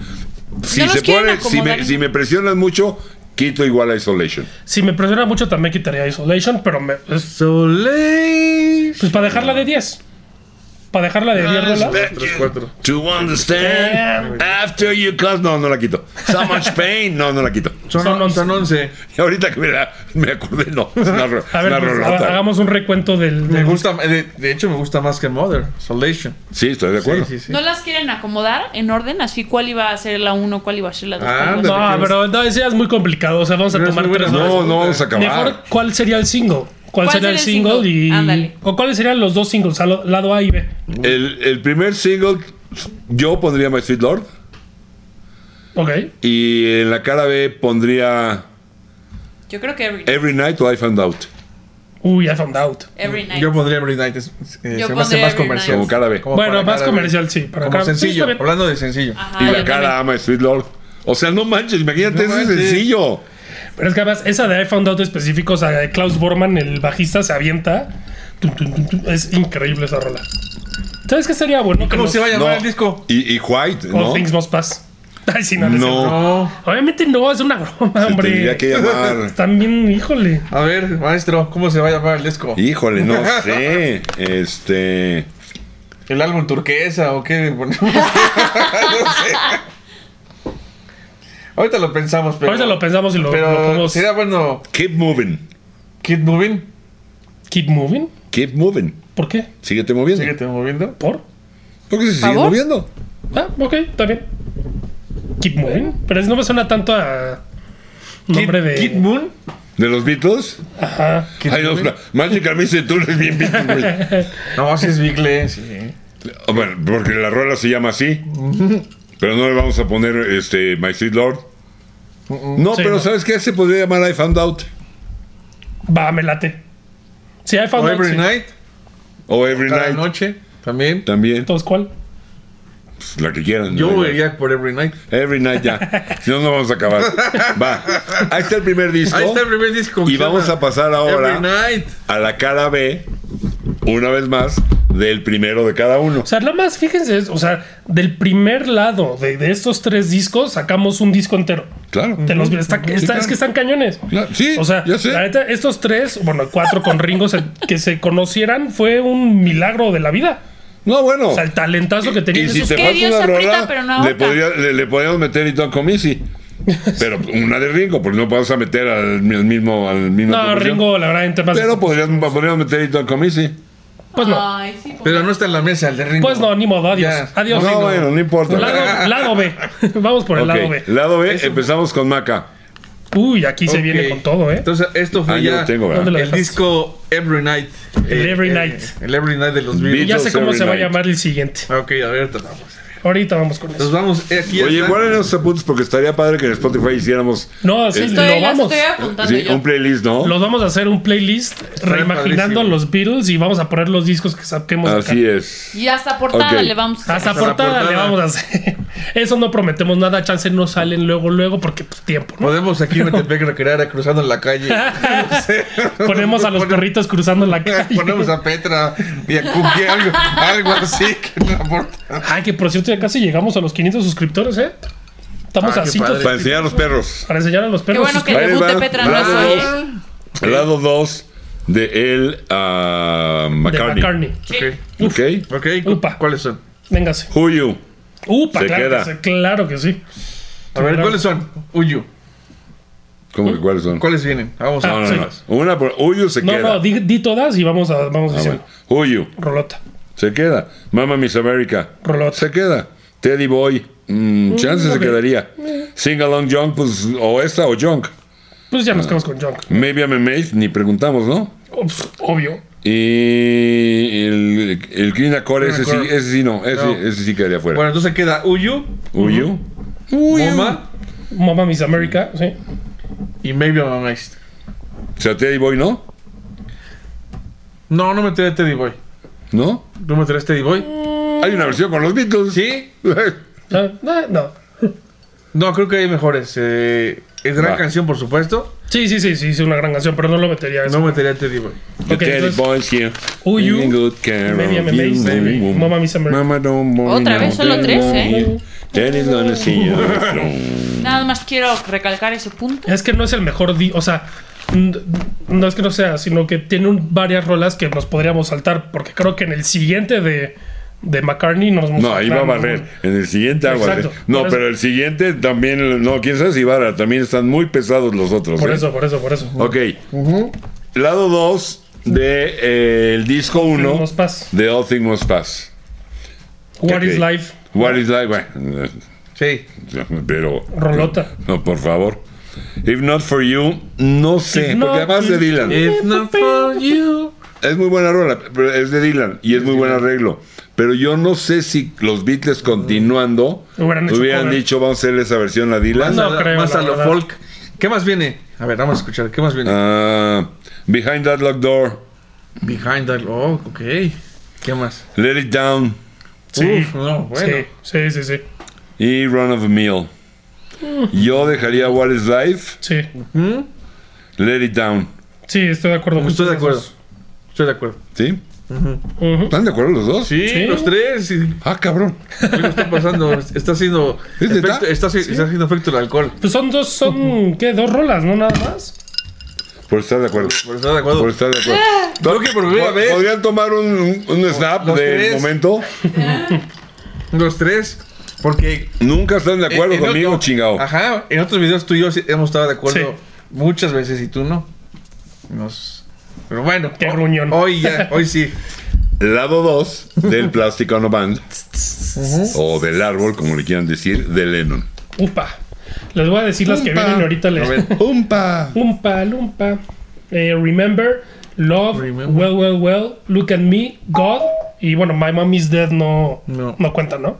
S1: Si,
S4: No los
S1: se pone,
S4: quieren
S1: si, me,
S4: acomodar.
S1: si me presionan mucho, quito igual Isolation.
S3: Si me presiona mucho también quitaría Isolation, pero me, es-
S2: Soleil.
S3: pues para dejarla de 10. Para dejarla de
S1: Ah,
S3: 10 rolas.
S1: Thank
S2: Tres,
S1: you.
S2: cuatro.
S1: To understand after you cause. No, no la quito. So much pain. No, no la quito.
S2: Son,
S3: Son once.
S2: son once.
S1: Y ahorita que me, la- me acordé, no. Es una, ro- una
S3: A ver, pues,
S1: rolota.
S3: ha- hagamos un recuento del,
S2: Me
S3: del-
S2: gusta, de, de hecho, me gusta más que Mother. Solation.
S1: Sí, estoy de acuerdo.
S2: Sí, sí, sí.
S4: ¿No las quieren acomodar en orden? Así, ¿cuál iba a ser la uno, cuál iba a ser la dos?
S2: Ah,
S4: cuál iba a ser-
S2: ándale.
S3: No, pero no, ese ya es muy complicado. O sea, vamos a
S2: Pero es
S3: tomar
S2: muy
S3: tres.
S2: buena
S3: más.
S1: No, no vamos a acabar.
S3: Mejor, ¿cuál sería el single? ¿Cuál, sería el single? Y,
S4: Ándale.
S3: ¿O cuáles serían los dos singles? al lado A y B.
S1: El, el primer single, yo pondría My Sweet Lord.
S3: Ok.
S1: Y en la cara B pondría
S4: Yo creo que every,
S1: Every Night o I Found Out.
S3: Uy, I found out.
S4: Every night.
S2: Yo pondría Every Night. Es, eh,
S4: Yo
S2: se me hace
S4: pondría
S2: más
S4: Every
S2: comercial.
S4: Night.
S1: Como cara B.
S3: Bueno,
S2: para
S3: más
S2: cada-
S3: comercial, sí, para
S2: como
S3: cada- sí,
S2: sencillo.
S3: está bien.
S2: hablando de sencillo.
S4: Ajá,
S1: Y la
S4: Ah, yo
S1: cara A, My Sweet Lord. O sea, no manches, imagínate,
S2: No
S1: eso es
S2: manches.
S1: sencillo.
S3: Pero es que además, esa de I found out específica, o sea, Klaus Bormann, el bajista, se avienta. Tum, tum, tum, tum. Es increíble esa rola. ¿Sabes qué sería bueno? Que
S2: ¿Cómo
S3: nos-
S2: se va a llamar
S1: No.
S2: el disco?
S1: Y, y White,
S3: All
S1: ¿no?
S3: Things Must Pass. (laughs) Ay, sí, no, no es
S1: No.
S3: cierto.
S2: No.
S3: Obviamente no, es una broma,
S1: Se
S3: hombre.
S1: tendría que
S2: (laughs)
S1: llamar.
S3: También, híjole.
S2: A ver, maestro, ¿cómo se va a llamar el disco?
S1: Híjole, no sé.
S2: (laughs)
S1: Este.
S2: ¿El (laughs) álbum turquesa o qué? no sé. Ahorita lo pensamos, pero.
S3: Ahorita lo pensamos y lo,
S2: Pero
S3: lo podemos.
S2: sería bueno.
S1: Keep moving.
S2: Kid Moving.
S3: Keep moving.
S1: Keep moving.
S3: ¿Por qué?
S1: Síguete moviendo.
S2: Síguete moviendo.
S3: ¿Por?
S1: ¿Por qué se sigue
S4: ¿Favor?
S1: moviendo?
S3: Ah, ok, está bien. Keep moving. Pero eso no me suena tanto a. Nombre
S2: Kid-
S3: de.
S2: Kid Moon.
S1: ¿De los Beatles?
S3: Ajá.
S2: Kid
S1: Ay, no,
S2: Moving.
S1: la- Magic me dice tú eres bien Beatles, güey.
S2: (laughs) No, si es Bigle, sí.
S1: Ah, Bueno, porque la rola se llama así. Pero no le vamos a poner este My Sweet Lord. No,
S3: Sí,
S1: pero
S3: no.
S1: ¿sabes qué? Se podría llamar I Found Out.
S3: Va, me late. Sí, hay
S2: O
S3: found out,
S2: Every
S3: Oh, sí.
S2: Night.
S1: O Every
S2: Cada
S1: Night.
S2: noche. También.
S1: También.
S3: Entonces, ¿cuál?
S1: Pues, la que quieran.
S2: Yo
S1: ¿no?
S2: iría por Every Night.
S1: Every Night ya. si no, no vamos a acabar. Va. Ahí está el primer disco.
S2: Ahí está el primer disco.
S1: Y vamos a pasar
S2: Every
S1: ahora
S2: Night.
S1: a la cara B, una vez más, del primero de cada uno.
S3: O sea, nada más, fíjense, es- o sea, del primer lado de, de estos tres discos sacamos un disco entero.
S1: Claro.
S3: Te los, está- está-
S1: claro.
S3: Es que están cañones.
S1: Claro, sí,
S3: o sea,
S1: ya sé.
S3: la neta, estos tres, bueno, cuatro con Ringo, se- que se conocieran fue un milagro de la vida.
S1: No, bueno.
S3: O sea, el talentazo que tenían
S1: Y si
S3: esos-
S1: te
S4: que
S1: falta
S4: Dios
S1: una
S4: aprieta,
S1: rola,
S4: pero no
S1: le,
S4: ahorca.
S1: podría- le, le podríamos meter It Don't Come
S3: (laughs)
S1: Easy. Pero una de Ringo, porque no vas a meter al, al mismo. Al mismo
S3: No, Ringo, la verdad, en temas...
S1: Pero podrías, podríamos meter It Don't Come Easy.
S3: pues no.
S4: Ay, sí, por-
S2: Pero no está en la mesa el de Ringo.
S3: Pues no, ni modo, adiós.
S2: Ya.
S3: Adiós.
S1: No,
S3: Ringo.
S1: bueno, no importa.
S3: Lado,
S2: (laughs)
S3: lado B. Vamos por el
S1: Ok,
S3: lado B.
S1: lado B, empezamos con Maca.
S3: Uy, aquí se viene
S2: Ok.
S3: con todo, ¿eh?
S2: Entonces, esto fue
S1: Ah, yo
S2: ya
S1: lo tengo,
S3: ¿Dónde
S1: ¿verdad?
S3: lo
S2: el
S3: dejaste?
S2: disco Every Night.
S3: El
S2: Eh,
S3: Every
S2: eh,
S3: Night.
S2: El Every Night de los
S1: Beatles.
S2: Beatles.
S3: Ya sé cómo
S1: Every
S3: se va a
S1: Night.
S3: llamar el siguiente.
S2: Ok, a ver, te vamos.
S3: Ahorita vamos con
S2: Entonces
S3: eso.
S2: vamos, eh, aquí
S1: Oye,
S2: está.
S1: igual en esos apuntes, porque estaría padre que en Spotify hiciéramos
S3: No, sí,
S1: Estoy-
S4: estoy,
S3: lo
S4: las
S3: vamos.
S4: estoy apuntando
S1: este, sí,
S4: yo.
S1: un playlist, ¿no?
S3: Los vamos a hacer un playlist reimaginando
S2: padrísimo.
S3: los Beatles y vamos a poner los discos que saquemos de
S1: Así es.
S4: Y hasta portada
S1: Ok.
S4: le vamos a
S3: Hasta,
S2: Hasta
S4: hacer.
S2: la
S3: portada, le
S2: portada.
S3: vamos a hacer. (laughs) Eso no prometemos nada, chance no salen luego, luego, porque pues tiempo,
S2: (laughs)
S3: ¿no?
S2: Podemos aquí en Metepec recrear a cruzando en
S1: (laughs)
S2: la calle. (laughs) No sé.
S3: Ponemos a los
S2: Pone-
S3: perritos cruzando la
S2: (laughs)
S3: calle.
S2: Ponemos a Petra y a Cookie, algo, algo así que no aporta.
S3: Ay, que por cierto, ya casi llegamos a los 500 suscriptores, ¿eh? Estamos
S2: Ah,
S3: a
S2: qué
S3: 5
S2: padre.
S1: Para enseñar a los perros.
S3: para enseñar a los
S4: Qué
S3: perros.
S4: bueno que
S1: Ahí
S4: debute
S1: va.
S4: Petra
S1: Bravo.
S4: Mazo, ¿eh?
S1: Lado 2 de el ah,
S3: de
S1: McCartney.
S3: McCartney.
S4: Sí.
S1: Ok.
S2: Ok, cu-
S3: Upa.
S2: ¿cuáles son?
S3: Véngase.
S1: Who You.
S3: Upa,
S1: Se
S3: claro,
S1: queda.
S3: Que sí, claro que sí.
S2: A ver, ¿cuáles son? Uyu.
S1: ¿Cómo que cuáles son?
S2: ¿Cuáles vienen? Ah, Vamos
S1: No,
S2: a
S1: no,
S3: sí.
S1: no. Una por Uyu se
S3: No,
S1: queda.
S3: no, di, di todas y vamos a, vamos
S1: Ah,
S3: diciendo.
S1: bueno. Uyu
S3: Rolota.
S1: se queda. Mama Miss America
S3: Rolota.
S1: se queda. Teddy Boy, mm, chance se
S3: ok.
S1: quedaría. Sing Along Junk, pues o esta o Junk.
S3: Pues
S1: Ah.
S3: ya nos quedamos con Junk.
S1: Maybe I'm a Maid, ni preguntamos, ¿no?
S3: Ups, Obvio.
S1: Y el, el Clean Accord,
S2: Clean
S1: ese sí,
S2: Accord.
S1: ese sí no, ese,
S2: No.
S1: ese sí quedaría fuera.
S2: Bueno, entonces queda Uyu,
S1: Uyu,
S2: Moma
S3: Mama Miss America, sí.
S2: y Maybe I'm Amazed.
S1: o sea, Teddy Boy no,
S2: No, no me tiré Teddy Boy.
S1: ¿no?
S2: ¿No me tiré Teddy Boy?
S1: Hay una versión con los Beatles. (laughs)
S2: ¿Sí?
S3: Ah, No, no.
S2: No, creo que hay mejores. Eh, es gran
S1: Va.
S2: canción, por supuesto.
S3: Sí, sí, sí, sí, es una gran canción, pero no lo metería. a eso.
S2: No me tiré Teddy Boy.
S1: The
S3: Ok,
S1: Teddy
S3: entonces,
S1: Boy's here.
S3: Who You,
S1: Taking good care
S3: Maybe I'm
S1: of
S3: a
S1: you.
S3: Maid,
S1: Maybe.
S3: Mama Miss America.
S1: Mama don't worry
S4: Otra vez,
S1: now,
S4: solo
S1: Teddy
S4: tres,
S1: Boy
S4: ¿eh?
S1: here. Teddy's gonna see you soon.
S4: Nada más quiero recalcar ese punto.
S3: Es que no es el mejor, di- o sea, n- no es que no sea, sino que tiene un- varias rolas que nos podríamos saltar, porque creo que en el siguiente de, de McCartney nos vamos
S1: No, ahí va a
S3: saltar,
S1: barrer. En el siguiente agua. ¿eh?
S3: Exacto.
S1: No,
S3: Por eso-
S1: pero el siguiente también. No, quién sabe si va a- También están muy pesados los otros.
S3: Por
S1: ¿eh?
S3: eso, por eso, por eso.
S1: Ok. Lado 2 del disco 1
S3: Nos pasa.
S1: de All Things Must Pass.
S3: What
S1: Ok.
S3: is Life,
S1: What is life? Bueno,
S2: Sí.
S1: pero.
S3: Rolota.
S1: No, por favor. If not for you, no sé.
S3: If
S1: Porque
S3: not
S1: además de
S3: for eh.
S1: Dylan.
S2: If not for you.
S1: Es muy buena rola, pero es de Dylan y es muy buen arreglo. Pero yo no sé si los Beatles continuando
S3: Mm. Hubieran hecho
S1: hubieran
S3: cover.
S1: dicho, vamos a hacer esa versión a Dylan.
S2: Más
S3: No
S2: a, la-
S3: creo,
S2: más
S3: la
S2: a lo
S3: verdad.
S2: folk. ¿Qué más viene? A ver, vamos a escuchar. ¿Qué más viene?
S1: Ah, behind that locked door,
S2: Behind the... Oh, ok. ¿Qué más?
S1: let it down
S3: Sí.
S2: Uf, no, bueno.
S3: Sí, sí, sí, sí.
S1: y run of a meal. Yo dejaría What is Life,
S3: Sí,
S2: ¿Mm?
S1: let it down.
S3: Sí, estoy de acuerdo. con
S2: Estoy de
S3: ustedes
S2: acuerdo.
S3: dos.
S2: Estoy de acuerdo.
S1: ¿Sí?
S3: Ujú.
S1: ¿Están de acuerdo los dos?
S2: Sí,
S3: Sí.
S2: los tres. y-
S1: Ah, cabrón.
S2: Algo está
S3: (laughs)
S2: pasando. Está haciendo.
S1: ¿Es
S2: efecto-
S1: neta?
S2: está, haci- está haciendo efecto el alcohol.
S3: Pues son dos, son, ¿qué? Dos rolas, ¿no? Nada más.
S1: Por estar de acuerdo.
S2: Por estar de
S1: Por
S2: acuerdo.
S1: estar de acuerdo.
S2: Creo que por primera
S1: ¿Po-
S2: vez.
S1: ¿Podrían tomar un, un snap
S2: Los
S1: del
S2: tres.
S1: momento?
S2: Los tres. Porque
S1: Nunca están de acuerdo
S2: en- en
S1: conmigo,
S2: Eh, otro- Ah.
S1: chingado.
S2: Ajá, en otros videos tú y yo sí hemos estado de acuerdo
S3: Sí.
S2: muchas veces y tú no. Nos... Pero bueno,
S3: Qué
S2: ho-
S3: gruñón.
S2: hoy ya, hoy sí.
S1: Lado 2
S2: (laughs)
S1: del Plastic on a Band. o del árbol, como le quieran decir, de Lennon.
S3: Upa. Les voy a decir las que
S1: Umpa.
S3: vienen ahorita.
S2: A
S3: Les...
S2: ver.
S1: ¡Umpa!
S3: Umpa, lumpa. Eh, remember, love,
S2: Remember.
S3: well, well, well, look at me, God. Y bueno, My Mom is Dead no,
S2: No.
S3: no. cuenta, ¿no?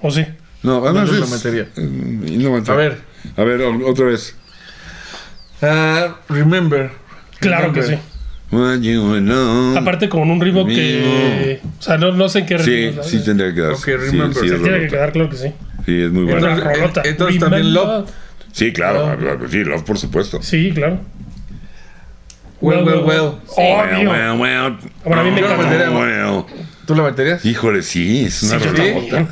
S3: ¿O sí?
S1: No, además
S2: No, no lo
S1: es-
S2: metería.
S1: Mm, no metería.
S2: A ver.
S1: A ver, o- otra vez.
S2: Ah, remember.
S3: Claro que sí.
S2: Remember. Mm.
S1: What you know.
S3: Aparte con un ritmo que... O sea, no, no sé en qué
S1: Sí,
S3: ritmo. ¿sabes?
S1: sí tendría que darse.
S2: Ok,
S1: Sí,
S2: remember.
S1: sí,
S3: Se
S1: es
S3: tiene que
S1: rolota.
S3: quedar, claro que sí.
S1: Sí, es muy
S3: Es
S1: bueno.
S3: una
S2: Entonces,
S3: rolota.
S2: eh, entonces también
S3: Remember-
S2: Love.
S1: Sí, claro. ah, Sí, Love, por supuesto.
S3: Sí, claro.
S2: Well, well, well.
S3: Obvio.
S1: Bueno, bueno.
S3: Bueno, a mí me
S1: Bueno,
S2: encanta.
S1: bueno.
S2: ¿Tú la meterías?
S1: Híjole, sí, es una
S2: yo
S1: rolota.
S2: también.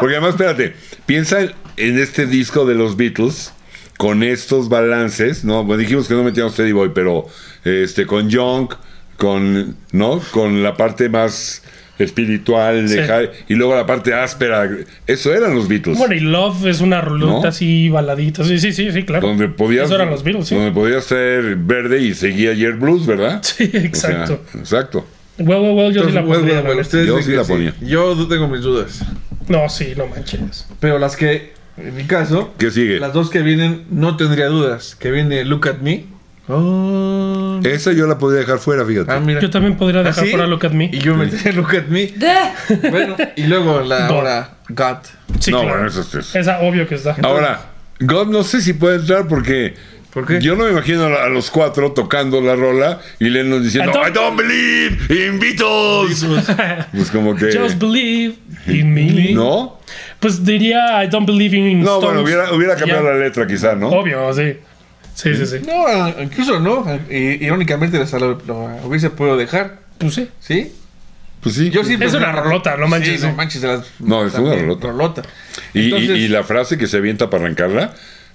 S1: Porque además, espérate, piensa en- en este disco de los Beatles con estos balances, ¿no? Bueno, dijimos que no metíamos Teddy Boy, pero este, con Young, con, ¿no? Con la parte más espiritual de
S3: Sí.
S1: Harry, y luego la parte áspera. Eso eran los Beatles.
S3: Bueno, y Love es una rolota
S1: Pues, ¿No?
S3: así baladita. Sí, sí, sí, sí, claro.
S1: donde podías,
S3: Eso eran los Beatles, sí.
S1: donde podías ser verde y seguía ayer blues, ¿verdad?
S3: (laughs) Sí,
S1: O sea, Pues,
S3: exacto.
S1: exacto.
S3: Well, well, well, yo sí
S2: Entonces,
S3: la
S2: well,
S3: pondría.
S2: well,
S3: la
S2: well.
S3: neta.
S2: Ustedes
S1: Yo
S2: dicen
S1: sí
S2: que
S1: la ponía.
S2: Yo du- tengo mis dudas.
S3: No, sí, no manches.
S2: Pero las que, en mi caso,
S1: ¿Qué sigue?
S2: las dos que vienen, no tendría dudas. Que viene Look at Me. Oh.
S1: Esa yo la podía dejar fuera, fíjate.
S2: Ah, mira.
S3: Yo también podría dejar
S2: ¿Ah, sí?
S3: fuera Look at Me.
S2: Y yo metería Look at Me.
S4: De-
S2: Bueno, y luego la
S3: God.
S2: ahora God.
S3: Sí,
S1: no,
S3: claro.
S1: bueno, eso es- eso es-
S3: Esa obvio que está.
S1: Ahora, God no sé si puede entrar porque.
S2: ¿Por qué?
S1: Yo no me imagino a a los cuatro tocando la rola y Lennon diciendo
S3: Entonces-
S1: I don't believe in Beatles. Pues como que
S3: Just believe in me.
S1: no,
S3: Pues diría I don't believe in
S1: no
S3: Stones.
S1: bueno hubiera, hubiera cambiado
S3: Ya.
S1: la letra quizá, ¿no?
S3: Obvio, sí. Sí, sí, sí.
S2: No, ah, incluso no. i- Irónicamente hasta lo, lo hubiese podido dejar.
S3: Pues sí.
S2: ¿Sí?
S1: Pues sí.
S2: Yo sí
S3: Es una rolota, no manches, ¿eh?
S2: Sí, no
S3: sí.
S2: manches. de las-
S1: No, es una
S2: también,
S1: rolota. y, y-
S2: Entonces-
S1: y la frase que se avienta para arrancarla,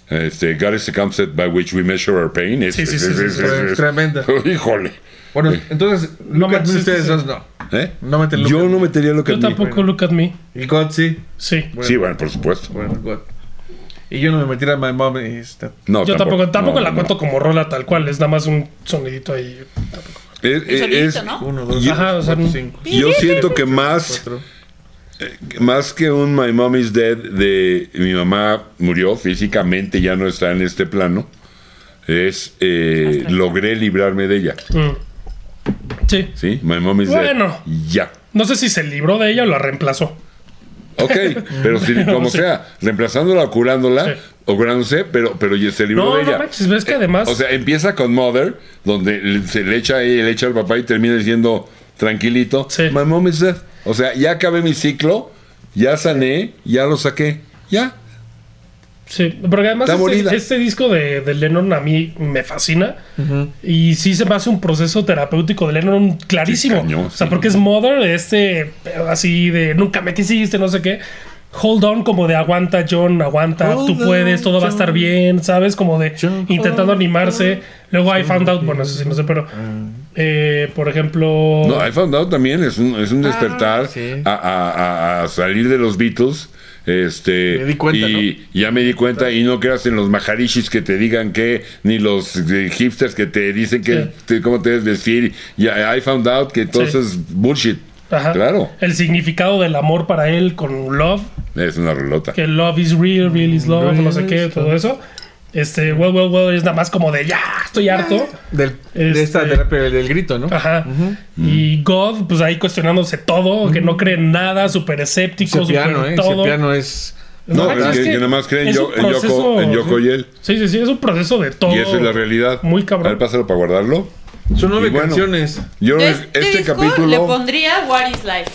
S1: este, God is the concept by which we measure our pain. Es,
S3: Sí, sí,
S1: es-
S3: sí,
S1: es-
S3: sí,
S1: es-
S3: sí,
S1: es-
S2: es
S1: es-
S2: tremenda.
S1: (laughs) Híjole.
S2: Bueno, entonces, Look at
S3: manches,
S2: Me ustedes
S3: sí.
S2: dos no.
S1: ¿Eh?
S2: No meten lo
S1: Yo
S2: que-
S1: no metería lo que a
S3: Yo
S1: mí.
S3: tampoco Look at Me.
S2: Y God sí.
S3: Sí.
S1: Sí, bueno, por supuesto.
S2: Bueno, God. Y yo no me metiera My Mom. este, y esta-
S1: No,
S3: Yo tampoco, tampoco
S1: No,
S3: la
S1: no,
S3: cuento
S1: no.
S3: como rola tal cual, es nada más un sonidito ahí.
S1: Es- es-
S4: solito,
S1: es-
S4: ¿no?
S2: Uno, dos,
S1: Yo-
S2: Ajá,
S3: Ajá, o sea,
S2: cuatro,
S3: no-
S2: cinco,
S1: Yo siento que más,
S2: cuatro.
S1: más que un My Mom is Dead de mi mamá murió físicamente, ya no está en este plano, es eh, logré librarme de ella.
S3: Mm. Sí.
S1: ¿Sí? My Mom is
S3: Bueno.
S1: Dead. Ya.
S3: No sé si se libró de ella o la reemplazó.
S1: Ok, pero
S3: (laughs)
S1: si, como
S3: Sí.
S1: sea, reemplazándola o curándola,
S3: Sí.
S1: o curándose, pero, pero ya se libró
S3: No,
S1: de
S3: no
S1: ella. Eh,
S3: manches, ves que además.
S1: O sea, empieza con Mother, donde le- se le echa a ella, le echa al papá y termina diciendo tranquilito,
S3: Sí.
S1: My mom is dead. O sea, ya acabé mi ciclo, ya sané, ya lo saqué, ya.
S3: sí, porque además
S1: está morida.
S3: este, este disco de, de Lennon a mí me fascina. Y sí se me hace un proceso terapéutico de Lennon clarísimo.
S1: Sí, cañón,
S3: o sea,
S1: sí.
S3: porque es Mother, este eh, así de nunca me quisiste, no sé qué. Hold on, como de aguanta, John, aguanta,
S2: Hold
S3: tú
S2: on,
S3: puedes, todo va a estar
S2: John.
S3: bien, ¿sabes? Como de
S2: John, hold
S3: intentando animarse. Luego I found out, bueno, eso sí, no sé, pero.
S2: Ah.
S3: eh, por ejemplo.
S1: No, eh, I Found Out también es un, es
S3: Ah,
S1: un despertar
S2: sí.
S1: a, a- a- a salir de los Beatles. Este,
S2: Me di cuenta,
S1: y ya me di cuenta y no creas en los maharishis que te digan que, ni los eh, hipsters que te dicen que
S3: Sí.
S1: te- cómo te debes vestir. Y I found out que todo
S3: Sí.
S1: eso es bullshit.
S3: Ajá.
S1: Claro,
S3: El significado del amor para él con Love,
S1: es una relota.
S3: que Love is real, real is love,
S2: Real
S3: no sé
S2: is
S3: qué,
S2: love.
S3: todo eso. Este, well, well, well, es nada más como de ya, estoy harto.
S2: Del, De
S3: Este-
S2: esta terapia del, del grito, ¿no?
S3: Ajá. Y
S2: Mm.
S3: God, pues ahí cuestionándose todo, que no cree en nada, súper escéptico,
S2: Sepiano,
S3: súper
S2: ¿eh?
S3: todo.
S2: Sepiano es...
S1: No,
S3: Ah,
S1: es que, que nada más creen
S3: es
S1: yo-
S3: un
S1: en, Yoko,
S3: proceso-
S1: en Yoko y él.
S3: Sí, sí, sí, es un proceso de todo.
S1: Y esa es la realidad.
S3: Muy cabrón.
S1: A ver, pásalo para guardarlo.
S2: Son nueve
S1: Y bueno,
S2: canciones.
S1: Yo
S4: de
S1: este,
S4: disco le
S1: capítulo.
S4: pondría What is Life.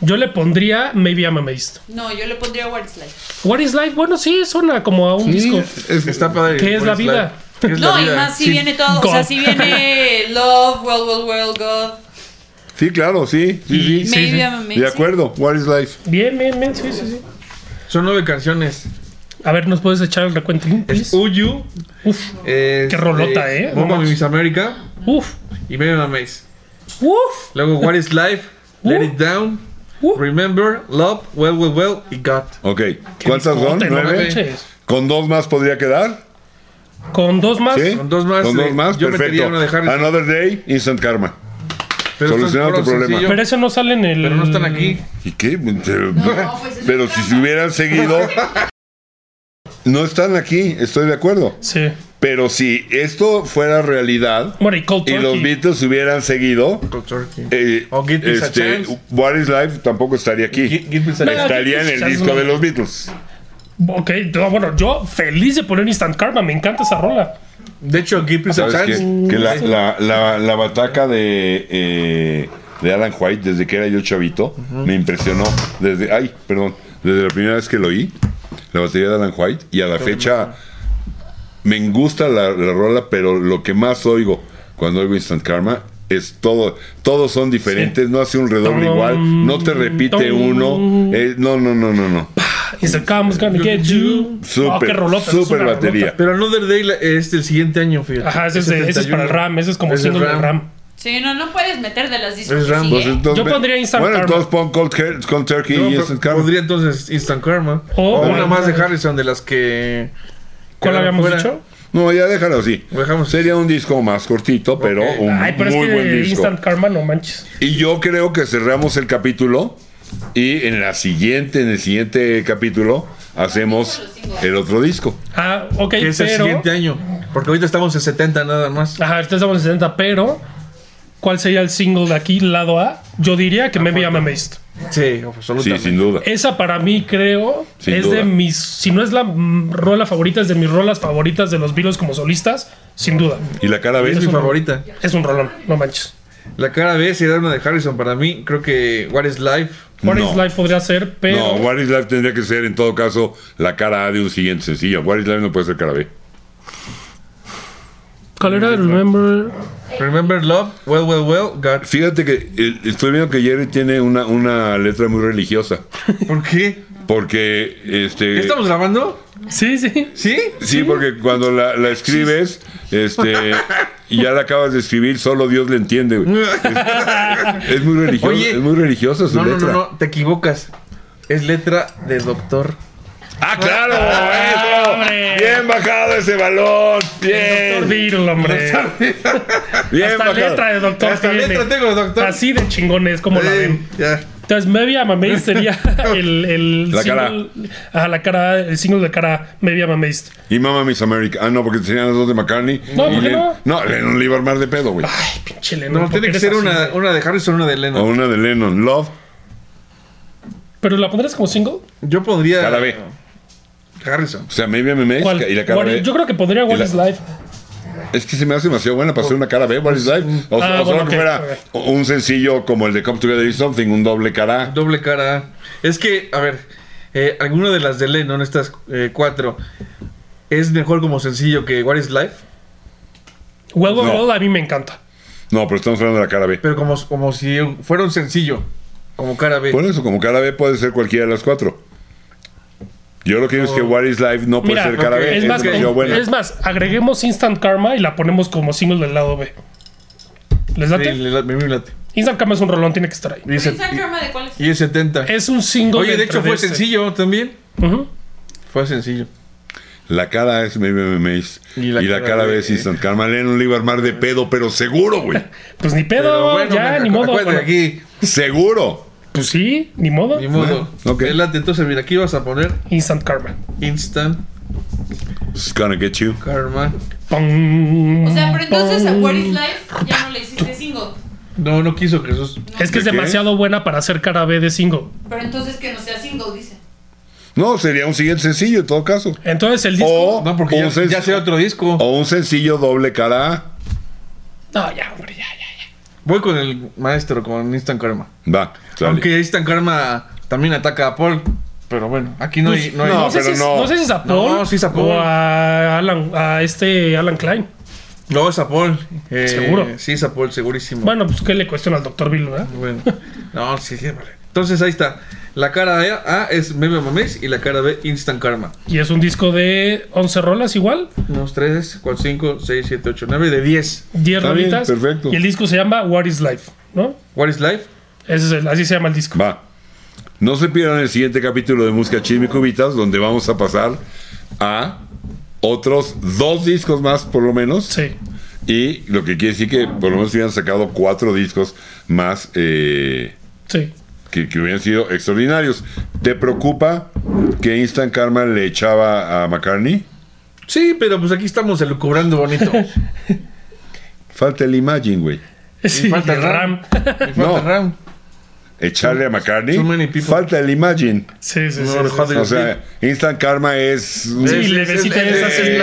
S3: Yo le pondría Maybe I'm Amazed.
S4: No, yo le pondría What is Life.
S3: What is Life? Bueno, sí, suena como a un disco.
S1: es-
S2: Está padre.
S3: ¿Qué es la
S2: Pues,
S3: vida?
S2: ¿Qué es
S4: No,
S2: la
S4: y
S2: vida?
S4: más si
S3: Sí.
S4: viene todo. O sea,
S3: God.
S4: si viene Love, Well, Well, Well, God.
S1: sí, claro, sí, sí,
S3: Y-
S1: sí.
S4: Maybe
S3: sí.
S4: I'm amazing.
S1: De acuerdo, What is Life?
S3: Bien, bien, bien, sí, sí, sí.
S2: Son nueve canciones.
S3: A ver, ¿nos puedes echar el recuento?
S2: Es
S3: please?
S2: Uyu.
S3: Uf,
S2: Es,
S3: Qué rolota, ¿eh? No
S2: Bomba
S3: manches.
S2: Miss America
S3: uf,
S2: y Baby Mames.
S3: uf.
S2: Luego What is Life, Let
S3: Uh.
S2: It Down, Remember, Love, Well, Well, Well y God.
S1: Ok. ¿Cuántas son?
S3: discote, no
S1: ¿Nueve?
S3: manches.
S1: ¿Con dos más podría quedar?
S3: Con dos más.
S1: ¿Sí?
S2: Con dos más,
S1: Con
S2: eh,
S1: dos más,
S2: yo
S1: perfecto.
S2: metería uno de Harrison.
S1: Another Day, Instant Karma.
S2: esto es
S1: Solucionado tu
S2: puro
S1: problema.
S2: sencillo.
S3: Pero eso no sale en el.
S2: Pero no están aquí.
S1: ¿Y qué? Pero,
S4: No, pues es
S1: pero
S4: un
S1: si se
S4: drama.
S1: hubieran seguido... No están aquí, estoy de acuerdo.
S3: Sí.
S1: Pero si esto fuera realidad
S3: Bueno, y Cold
S1: y los
S3: Turkey.
S1: Beatles hubieran seguido,
S2: Cold Turkey.
S1: eh,
S2: O Give Peace a
S1: este,
S2: Chance.
S1: What is Life tampoco estaría
S2: Gi-
S1: aquí.
S2: give me some-
S3: Venga.
S1: Estaría en el
S3: Chance
S1: disco
S3: no.
S1: de los Beatles.
S3: Ok, no, bueno, yo feliz de poner Instant Karma, me encanta esa rola.
S2: De hecho, Give Peace a
S1: ¿Sabes
S2: Chance.
S1: qué? Que la, la, la, la bataca de, eh, de Alan White, desde que era yo chavito, me impresionó. Desde, ay, perdón, desde la primera vez que lo oí, la batería de Alan White, y a la fecha me gusta la, la rola, pero lo que más oigo cuando oigo Instant Karma es todo, todos son diferentes, no hace un redoble
S3: Tom,
S1: igual, no te repite
S3: tom.
S1: uno, eh, no, no, no, no, no.
S3: Instant Karma's gonna get you. Oh, qué
S1: Súper,
S3: rolota, es
S1: súper
S3: una rolota.
S1: batería.
S2: Pero Another Day la- es del siguiente año, fíjate.
S3: Ajá, ese es, de- ese es para el
S2: 71.
S3: RAM, ese es como
S2: Es
S3: siendo
S2: el
S3: el RAM.
S4: Sí, no, no puedes meter de las discos.
S2: Es
S4: que
S2: Rambo,
S1: Pues
S4: sigue.
S1: entonces
S3: Yo
S1: ve-
S3: pondría Instant
S1: Bueno,
S3: Karma.
S1: entonces pon Cold, Her- Cold Turkey
S2: No,
S1: y
S2: pero
S1: Instant Karma.
S2: Podría entonces Instant Karma.
S3: O-
S2: O una
S3: o-
S2: más de Harrison, de las que.
S3: Oh, ¿Cuál
S2: quedaron
S3: habíamos
S2: fuera.
S3: dicho?
S1: No, ya déjalo así.
S2: Lo dejamos.
S1: Sería un disco más cortito, pero
S2: Ok.
S1: un
S3: Ay, pero
S1: muy
S3: es
S1: buen
S3: que
S1: disco.
S3: Instant Karma, no manches.
S1: Y yo creo que cerramos el capítulo y en la siguiente, en el siguiente capítulo hacemos el otro disco.
S3: Ah, ok,
S2: Que es el
S3: pero.
S2: siguiente año. Porque ahorita estamos en 70 nada más.
S3: Ajá, ahorita estamos en 70, pero. ¿Cuál sería el single de aquí, lado A? Yo diría que Maybe I'm Amazed.
S2: Sí,
S1: Sí,
S2: absolutamente.
S1: sin duda.
S3: Esa para mí, creo,
S1: Sin
S3: es
S1: duda.
S3: de mis. Si no es la mm, rola favorita, es de mis rolas favoritas de los Beatles como solistas, sin duda.
S1: Y la cara
S2: Es
S1: B.
S2: mi favorita.
S3: Es un rolón, no manches.
S2: La cara B sería una de Harrison para mí. Creo que What is Life.
S3: What
S1: No.
S3: is Life podría ser, pero.
S1: No, What is Life tendría que ser en todo caso la cara A de un siguiente sencillo. What is Life no puede ser cara B.
S3: ¿Cuál era? Remember.
S2: Remember Love, Well, Well, Well, God. (laughs)
S1: Fíjate que eh, estoy viendo que Jerry tiene una, una letra muy religiosa.
S2: ¿Por qué?
S1: Porque este.
S2: ¿Ya estamos grabando?
S3: Sí, sí.
S2: ¿Sí?
S1: Sí, porque cuando la, la escribes, este, y ya la acabas de escribir, solo Dios le entiende, güey. Es, es muy religioso,
S2: Oye.
S1: es muy religiosa su
S2: No, no,
S1: letra.
S2: no, no, te equivocas. Es letra de doctor.
S1: ¡Ah, claro! eso!
S3: hombre.
S1: Bien bajado ese balón.
S3: Doctor
S1: Bien.
S3: Beatle, hombre.
S1: Bien
S3: Hasta
S1: bajado.
S3: letra de doctor.
S2: Hasta
S3: tiene.
S2: letra tengo de doctor.
S3: Así de chingones, como la ven.
S2: Ey, ya.
S3: Entonces, Maybe I'm Amazed sería el, el
S1: La cara.
S3: single. Ajá, la cara, el single de cara A, Maybe I'm Amazed.
S1: Y Mama Miss America. Ah, no, porque tenían las dos de McCartney.
S3: No,
S1: y
S3: ¿por qué no? Ah,
S1: no, Lennon le iba a armar de pedo, güey.
S3: Ay, pinche Lennon.
S2: No,
S3: ¿por
S2: tiene
S3: qué
S2: que
S3: eres
S2: ser
S3: así,
S2: una,
S3: güey?
S2: una de Harrison, una de
S1: O
S2: Lennon.
S1: una de Lennon. Love.
S3: ¿Pero la pondrías como single?
S2: Yo pondría.
S1: Cara B.
S2: Harrison.
S1: O sea, maybe me
S3: Ah, ¿Cuál?
S1: y la cara
S3: What-
S1: B.
S3: Yo creo que pondría What
S1: la-
S3: is Life.
S1: Es que se me hace demasiado buena para hacer una cara B, What is Life? O,
S3: Ah,
S1: o solo
S3: bueno,
S1: que
S3: ok,
S1: fuera un sencillo como el de Come Together Is Something, un doble cara. A.
S2: Doble cara. A. Es que, a ver, eh, alguna de las de Lennon, estas eh, cuatro, es mejor como sencillo que What is Life,
S3: Well, well,
S1: No.
S3: well, a mí me encanta.
S1: No, pero estamos hablando de la cara B.
S2: pero como, como si fuera un sencillo, como cara B.
S1: Por eso, como cara B puede ser cualquiera de las cuatro. Yo lo que digo es que What is Life no puede
S3: Oh. Mira,
S1: ser cara
S2: ok,
S1: B,
S3: Es,
S1: es,
S3: más,
S1: demasiado buena.
S3: es más, agreguemos Instant Karma y la ponemos como single del lado B. ¿Les
S2: Sí,
S3: late?
S2: le la- me- me late.
S3: Instant Karma es un rolón, tiene que estar ahí.
S2: Y es,
S4: ¿Pero Instant Karma de cuál es?
S2: y es 70.
S3: Es un single.
S2: Oye, de
S3: dentro
S2: hecho fue
S3: ese.
S2: sencillo también.
S3: Ujú.
S2: Fue sencillo.
S1: La cara es Maybe Me Maze. Y la, cara B es Instant Karma. Lennon le iba a armar de pedo, pero seguro, güey.
S3: Pues ni
S2: Pero
S3: pedo,
S2: bueno,
S3: ya,
S2: me-
S3: ni modo.
S2: acuérdate
S3: Bueno,
S2: aquí,
S1: Seguro.
S3: Pues sí, ni modo.
S2: ni modo.
S1: ok.
S2: Me late, entonces, mira, aquí vas a poner
S3: Instant Karma.
S2: Instant
S1: It's gonna get you.
S2: Karma.
S3: Pong,
S4: O sea, pero entonces a
S3: pong.
S4: What is Life ya no le hiciste single.
S2: No, no quiso Jesús.
S3: Es que es
S1: ¿De qué?
S3: demasiado buena para hacer cara B de single.
S4: Pero entonces que no sea single, dice.
S1: No, sería un siguiente sencillo en todo caso.
S3: Entonces el disco.
S1: O,
S2: No, porque
S1: un
S2: ya,
S1: sen-
S2: ya sea otro disco.
S1: o un sencillo doble cara A.
S3: No, ya, hombre, ya, ya, ya.
S2: Voy con el maestro, con Instant Karma.
S1: Va, sale.
S2: Aunque Instant Karma también ataca a Paul. Pero bueno, aquí no hay. No, hay-
S1: Pues, no,
S3: sé
S1: pero
S3: si es,
S1: no.
S3: sé si es a
S2: No,
S3: Paul.
S2: sí es a Paul.
S3: O a, Alan, a este Alan Klein.
S2: no, es a Paul. Eh,
S3: ¿Seguro?
S2: Sí, es a Paul, segurísimo.
S3: Bueno, pues qué le cuestiona al doctor Bill, ¿verdad?
S2: Bueno. No, sí, sí, vale. Entonces ahí está. La cara A, A es Meme Mames y la cara B, Instant Karma.
S3: Y es un disco de 11 rolas igual,
S2: Unos 3, 4, 5, 6, 7, 8, 9, de 10.
S3: 10
S1: Está bien,
S3: rolitas.
S1: perfecto.
S3: Y el disco se llama What is Life, ¿no?
S2: What is Life?
S3: Ese es el- así se llama el disco.
S1: Va. No se pierdan el siguiente capítulo de Música Chisme y Cubitas, donde vamos a pasar a otros dos discos más, por lo menos.
S3: Sí.
S1: Y lo que quiere decir que por lo menos hubieran sacado cuatro discos más eh,
S3: Sí.
S1: que, que hubieran sido extraordinarios. ¿Te preocupa que Instant Karma le echaba a McCartney?
S2: Sí, pero pues aquí estamos elucubrando
S3: (laughs)
S2: bonito. Me
S1: Falta el Imagine, güey.
S3: Sí,
S2: falta
S3: el
S2: RAM.
S3: RAM.
S2: falta
S1: No.
S2: RAM.
S1: Echarle a McCartney.
S2: too many people.
S1: Falta el Imagine.
S3: Sí, sí,
S2: No,
S3: sí,
S2: no,
S3: sí,
S2: joder.
S1: O sea, Instant Karma es, un-
S3: Sí, le besita
S2: es-
S3: y les
S1: Eh, es
S3: hace
S2: like,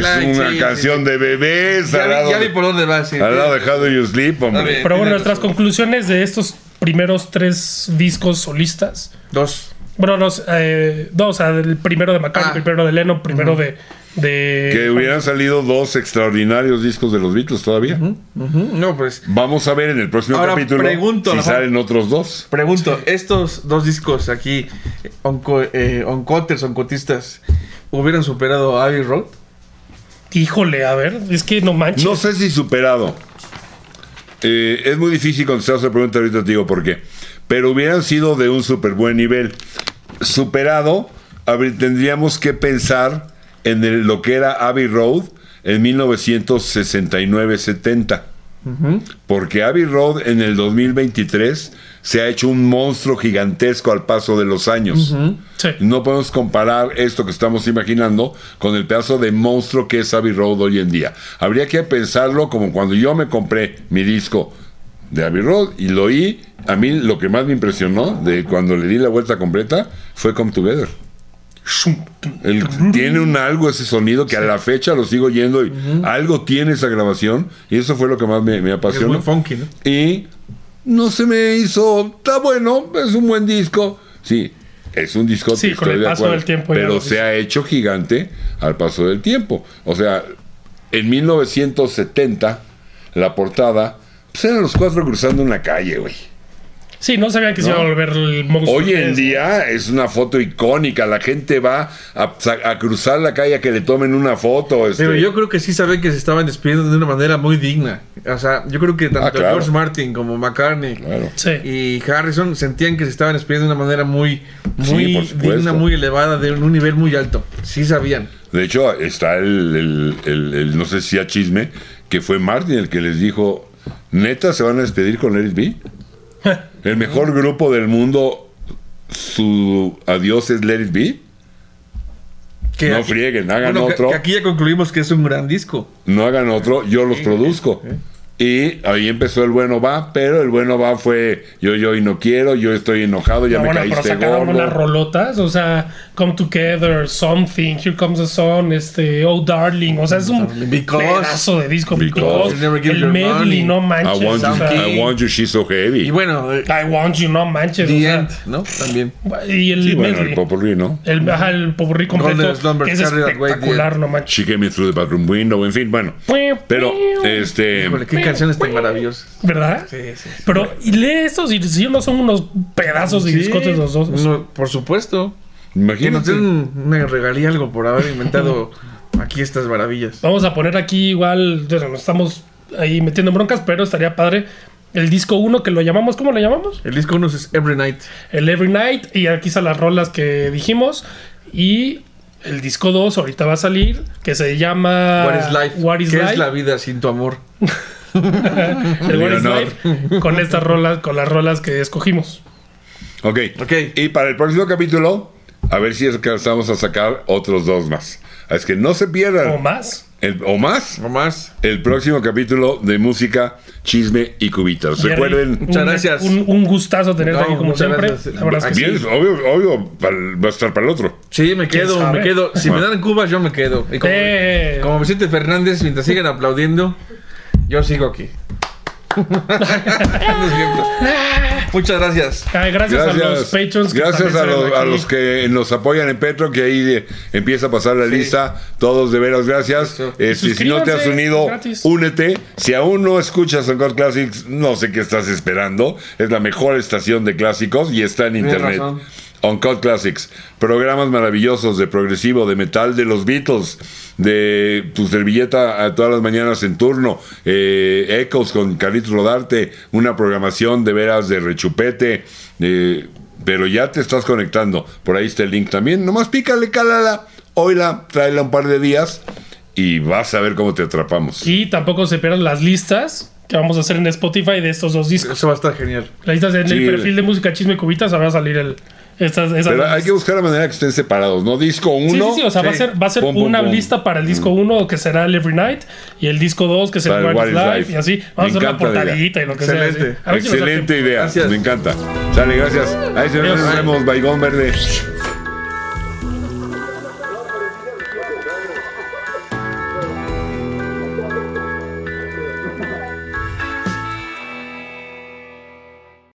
S2: like,
S1: una
S2: sí, sí,
S1: canción
S2: sí.
S1: de bebés.
S2: Ya
S1: al
S2: vi,
S1: lado
S2: ya
S1: de-
S2: vi por dónde va. sí.
S1: Al lado de How Do You Sleep,
S2: A ver.
S1: hombre.
S3: Pero bueno,
S2: Tiene
S3: nuestras
S2: razón.
S3: conclusiones de estos primeros tres discos solistas.
S2: Dos.
S3: Bueno, los, eh, no, o sea, el primero de McCartney,
S2: Ah.
S3: primero de Lennon, primero de, de-
S1: Que hubieran salido dos extraordinarios discos de los Beatles todavía.
S2: Ujú, No, pues.
S1: Vamos a ver en el próximo
S2: Ahora
S1: capítulo
S2: pregunto,
S1: si
S2: ajá.
S1: salen otros dos.
S2: Pregunto, estos dos discos aquí, eh, onco, eh, oncoters, oncotistas, ¿hubieran superado a Abbey Road?
S3: Híjole, a ver, es que no manches.
S1: No sé si superado. Eh, es muy difícil contestar esa pregunta, ahorita te digo por qué. Pero hubieran sido de un súper buen nivel. Superado, habr- tendríamos que pensar en el- lo que era Abbey Road en 1969-70. Porque Abbey Road en el 2023 se ha hecho un monstruo gigantesco al paso de los años.
S3: Sí.
S1: No podemos comparar esto que estamos imaginando con el pedazo de monstruo que es Abbey Road hoy en día. Habría que pensarlo como cuando yo me compré mi disco de Abbey Road y lo oí. A mí lo que más me impresionó de cuando le di la vuelta completa fue Come Together.
S3: Shum, tum.
S1: El- tiene un algo ese sonido que a la fecha lo sigo oyendo y algo tiene esa grabación y eso fue lo que más me, me
S2: Es muy
S1: apasionó.
S2: funky, ¿no?
S1: Y no se me hizo, está bueno, es un buen disco. Sí, es un disco
S3: Sí, con el paso del tiempo ya
S1: pero
S3: lo
S1: se
S3: hizo.
S1: ha hecho gigante al paso del tiempo. O sea, en 1970 la portada pues eran los cuatro cruzando una calle, güey.
S3: Sí, no sabían que se iba a
S1: No.
S3: volver el monstruo.
S1: Hoy
S3: que
S1: en
S3: es.
S1: día es una foto icónica, la gente va a, a cruzar la calle a que le tomen una foto. este.
S2: Pero yo creo que sí saben que se estaban despidiendo de una manera muy digna. O sea, yo creo que tanto
S1: Ah, claro.
S2: George Martin como McCartney
S1: Claro.
S3: Sí.
S2: y Harrison sentían que se estaban despidiendo de una manera muy, muy
S1: por supuesto.
S2: digna, muy elevada, de un nivel muy alto. Sí sabían.
S1: De hecho, está el, el- el- el- no sé si a chisme, que fue Martin el que les dijo, neta, se van a despedir con Eric B. El mejor grupo del mundo, su adiós es Let It Be.
S2: Que
S1: No frieguen, hagan
S2: Bueno, que-
S1: otro.
S2: que aquí ya concluimos que es un gran disco.
S1: No hagan otro, yo los produzco. Y ahí empezó el bueno va, pero el bueno va fue yo, yo y no quiero, yo estoy enojado, ya
S3: No,
S1: me
S3: bueno, pero
S1: caíste
S3: sacaron unas
S1: gordo.
S3: rolotas, o sea, Come Together, Something, Here Comes the Sun, este, Oh Darling, o sea, es un
S2: Because.
S3: pedazo de disco.
S1: Because.
S3: Because,
S2: Never Give
S3: el
S2: Your Money.
S3: medley, no manches.
S1: I want,
S3: o sea,
S1: you, I want you, she's so heavy.
S2: Y bueno, eh,
S3: I want you, no manches. o
S2: The
S3: sea,
S2: End, ¿no? También.
S3: y el
S1: Sí, bueno,
S3: medley.
S1: el popurrí, ¿no?
S3: El, ajá, el popurrí completo
S2: Golden Slumbers,
S3: que es
S2: Carry That Weight,
S3: espectacular, no manches.
S1: She came in through the bathroom window, en fin, bueno. Pero, este...
S2: Híjole, qué canciones tan maravillosas.
S3: ¿Verdad? Pero y lee estos y si no son unos pedazos de
S2: Sí,
S3: discotes los dos.
S2: no, por supuesto. Que nos
S1: Imagínate.
S2: den una regalía algo por haber
S3: (laughs)
S2: inventado aquí estas maravillas.
S3: Vamos a poner aquí igual, bueno, nos estamos ahí metiendo en broncas, pero estaría padre el disco 1 que lo llamamos, ¿cómo lo llamamos?
S2: El disco 1 es Every Night.
S3: El Every Night y aquí están las rolas que dijimos y el disco 2 ahorita va a salir que se llama
S2: What is Life?
S3: Ah, What is
S2: ¿Qué
S3: Life?
S2: es la vida sin tu amor?
S3: El What is
S1: Leonor.
S3: Life, con estas rolas, con las rolas que escogimos.
S1: Ok.
S2: Ok.
S1: Y para el próximo capítulo, a ver si alcanzamos a sacar otros dos más. Es que no se
S2: Ah,
S1: pierdan.
S3: O más.
S1: El- o más.
S2: No más.
S1: El próximo capítulo de música, chisme y cubitas.
S3: Jerry,
S1: Recuerden.
S2: Muchas
S3: un-
S2: gracias.
S3: Un, un gustazo tenerte
S2: No,
S3: aquí como
S2: muchas
S3: siempre.
S2: gracias.
S3: La verdad es que
S1: Bien,
S3: sí.
S1: obvio, obvio para el- va a estar para el otro.
S2: Sí, me
S3: ¿Quién
S2: quedo,
S3: sabe?
S2: me quedo. Si me dan Cuba, yo me quedo. Y como,
S3: Eh.
S2: como Vicente Fernández, mientras sigan aplaudiendo, yo sigo aquí. (laughs) Dando ejemplo. Muchas gracias.
S3: Ay, gracias, a los patrons. que
S1: Gracias
S3: también
S1: a,
S3: salen
S1: los, a
S3: aquí.
S1: los que nos apoyan en Petro, que ahí eh, empieza a pasar la lista. Todos de veras, gracias.
S2: Eso.
S1: Este, si no te has
S3: Suscríbanse,
S1: unido,
S3: es gratis.
S1: únete. Si aún no escuchas Encore Classics, no sé qué estás esperando. Es la mejor estación de clásicos y está en internet.
S2: razón.
S1: Encore Classics, programas maravillosos de progresivo, de metal, de los Beatles, de tu servilleta a todas las mañanas en turno, eh, Ecos con Carlitos Rodarte, una programación de veras de rechupete, eh, pero ya te estás conectando. Por ahí está el link también. Nomás pícale, cálala, oíla, tráela un par de días y vas a ver cómo te atrapamos.
S3: Y tampoco se pierdan las listas que vamos a hacer en Spotify de estos dos discos.
S2: Eso va a estar genial.
S3: Las listas en
S1: Sí.
S3: el perfil de música Chisme y Cubitas ahora va a salir el. Estas, esas
S1: Pero hay
S3: listas.
S1: que buscar la manera que estén separados, ¿no? Disco 1.
S3: Sí, sí, sí, o sea, va a
S2: sí.
S3: ser, va a ser
S1: Pum, pum,
S3: una
S1: pum.
S3: lista para el disco 1 que será el Every Night y el disco 2 que será
S1: Para
S3: el
S1: el
S3: What is
S1: What is
S3: Life
S1: Life.
S3: y así.
S1: Me
S3: Vamos a hacer una
S1: encanta la idea.
S3: portadita y lo que sea.
S2: Excelente.
S3: A ver si nos da
S1: Excelente
S3: tiempo.
S1: idea,
S2: Gracias.
S1: me encanta. Sale, gracias. Ahí se nos
S3: Adiós.
S1: vemos, Baigón Verde.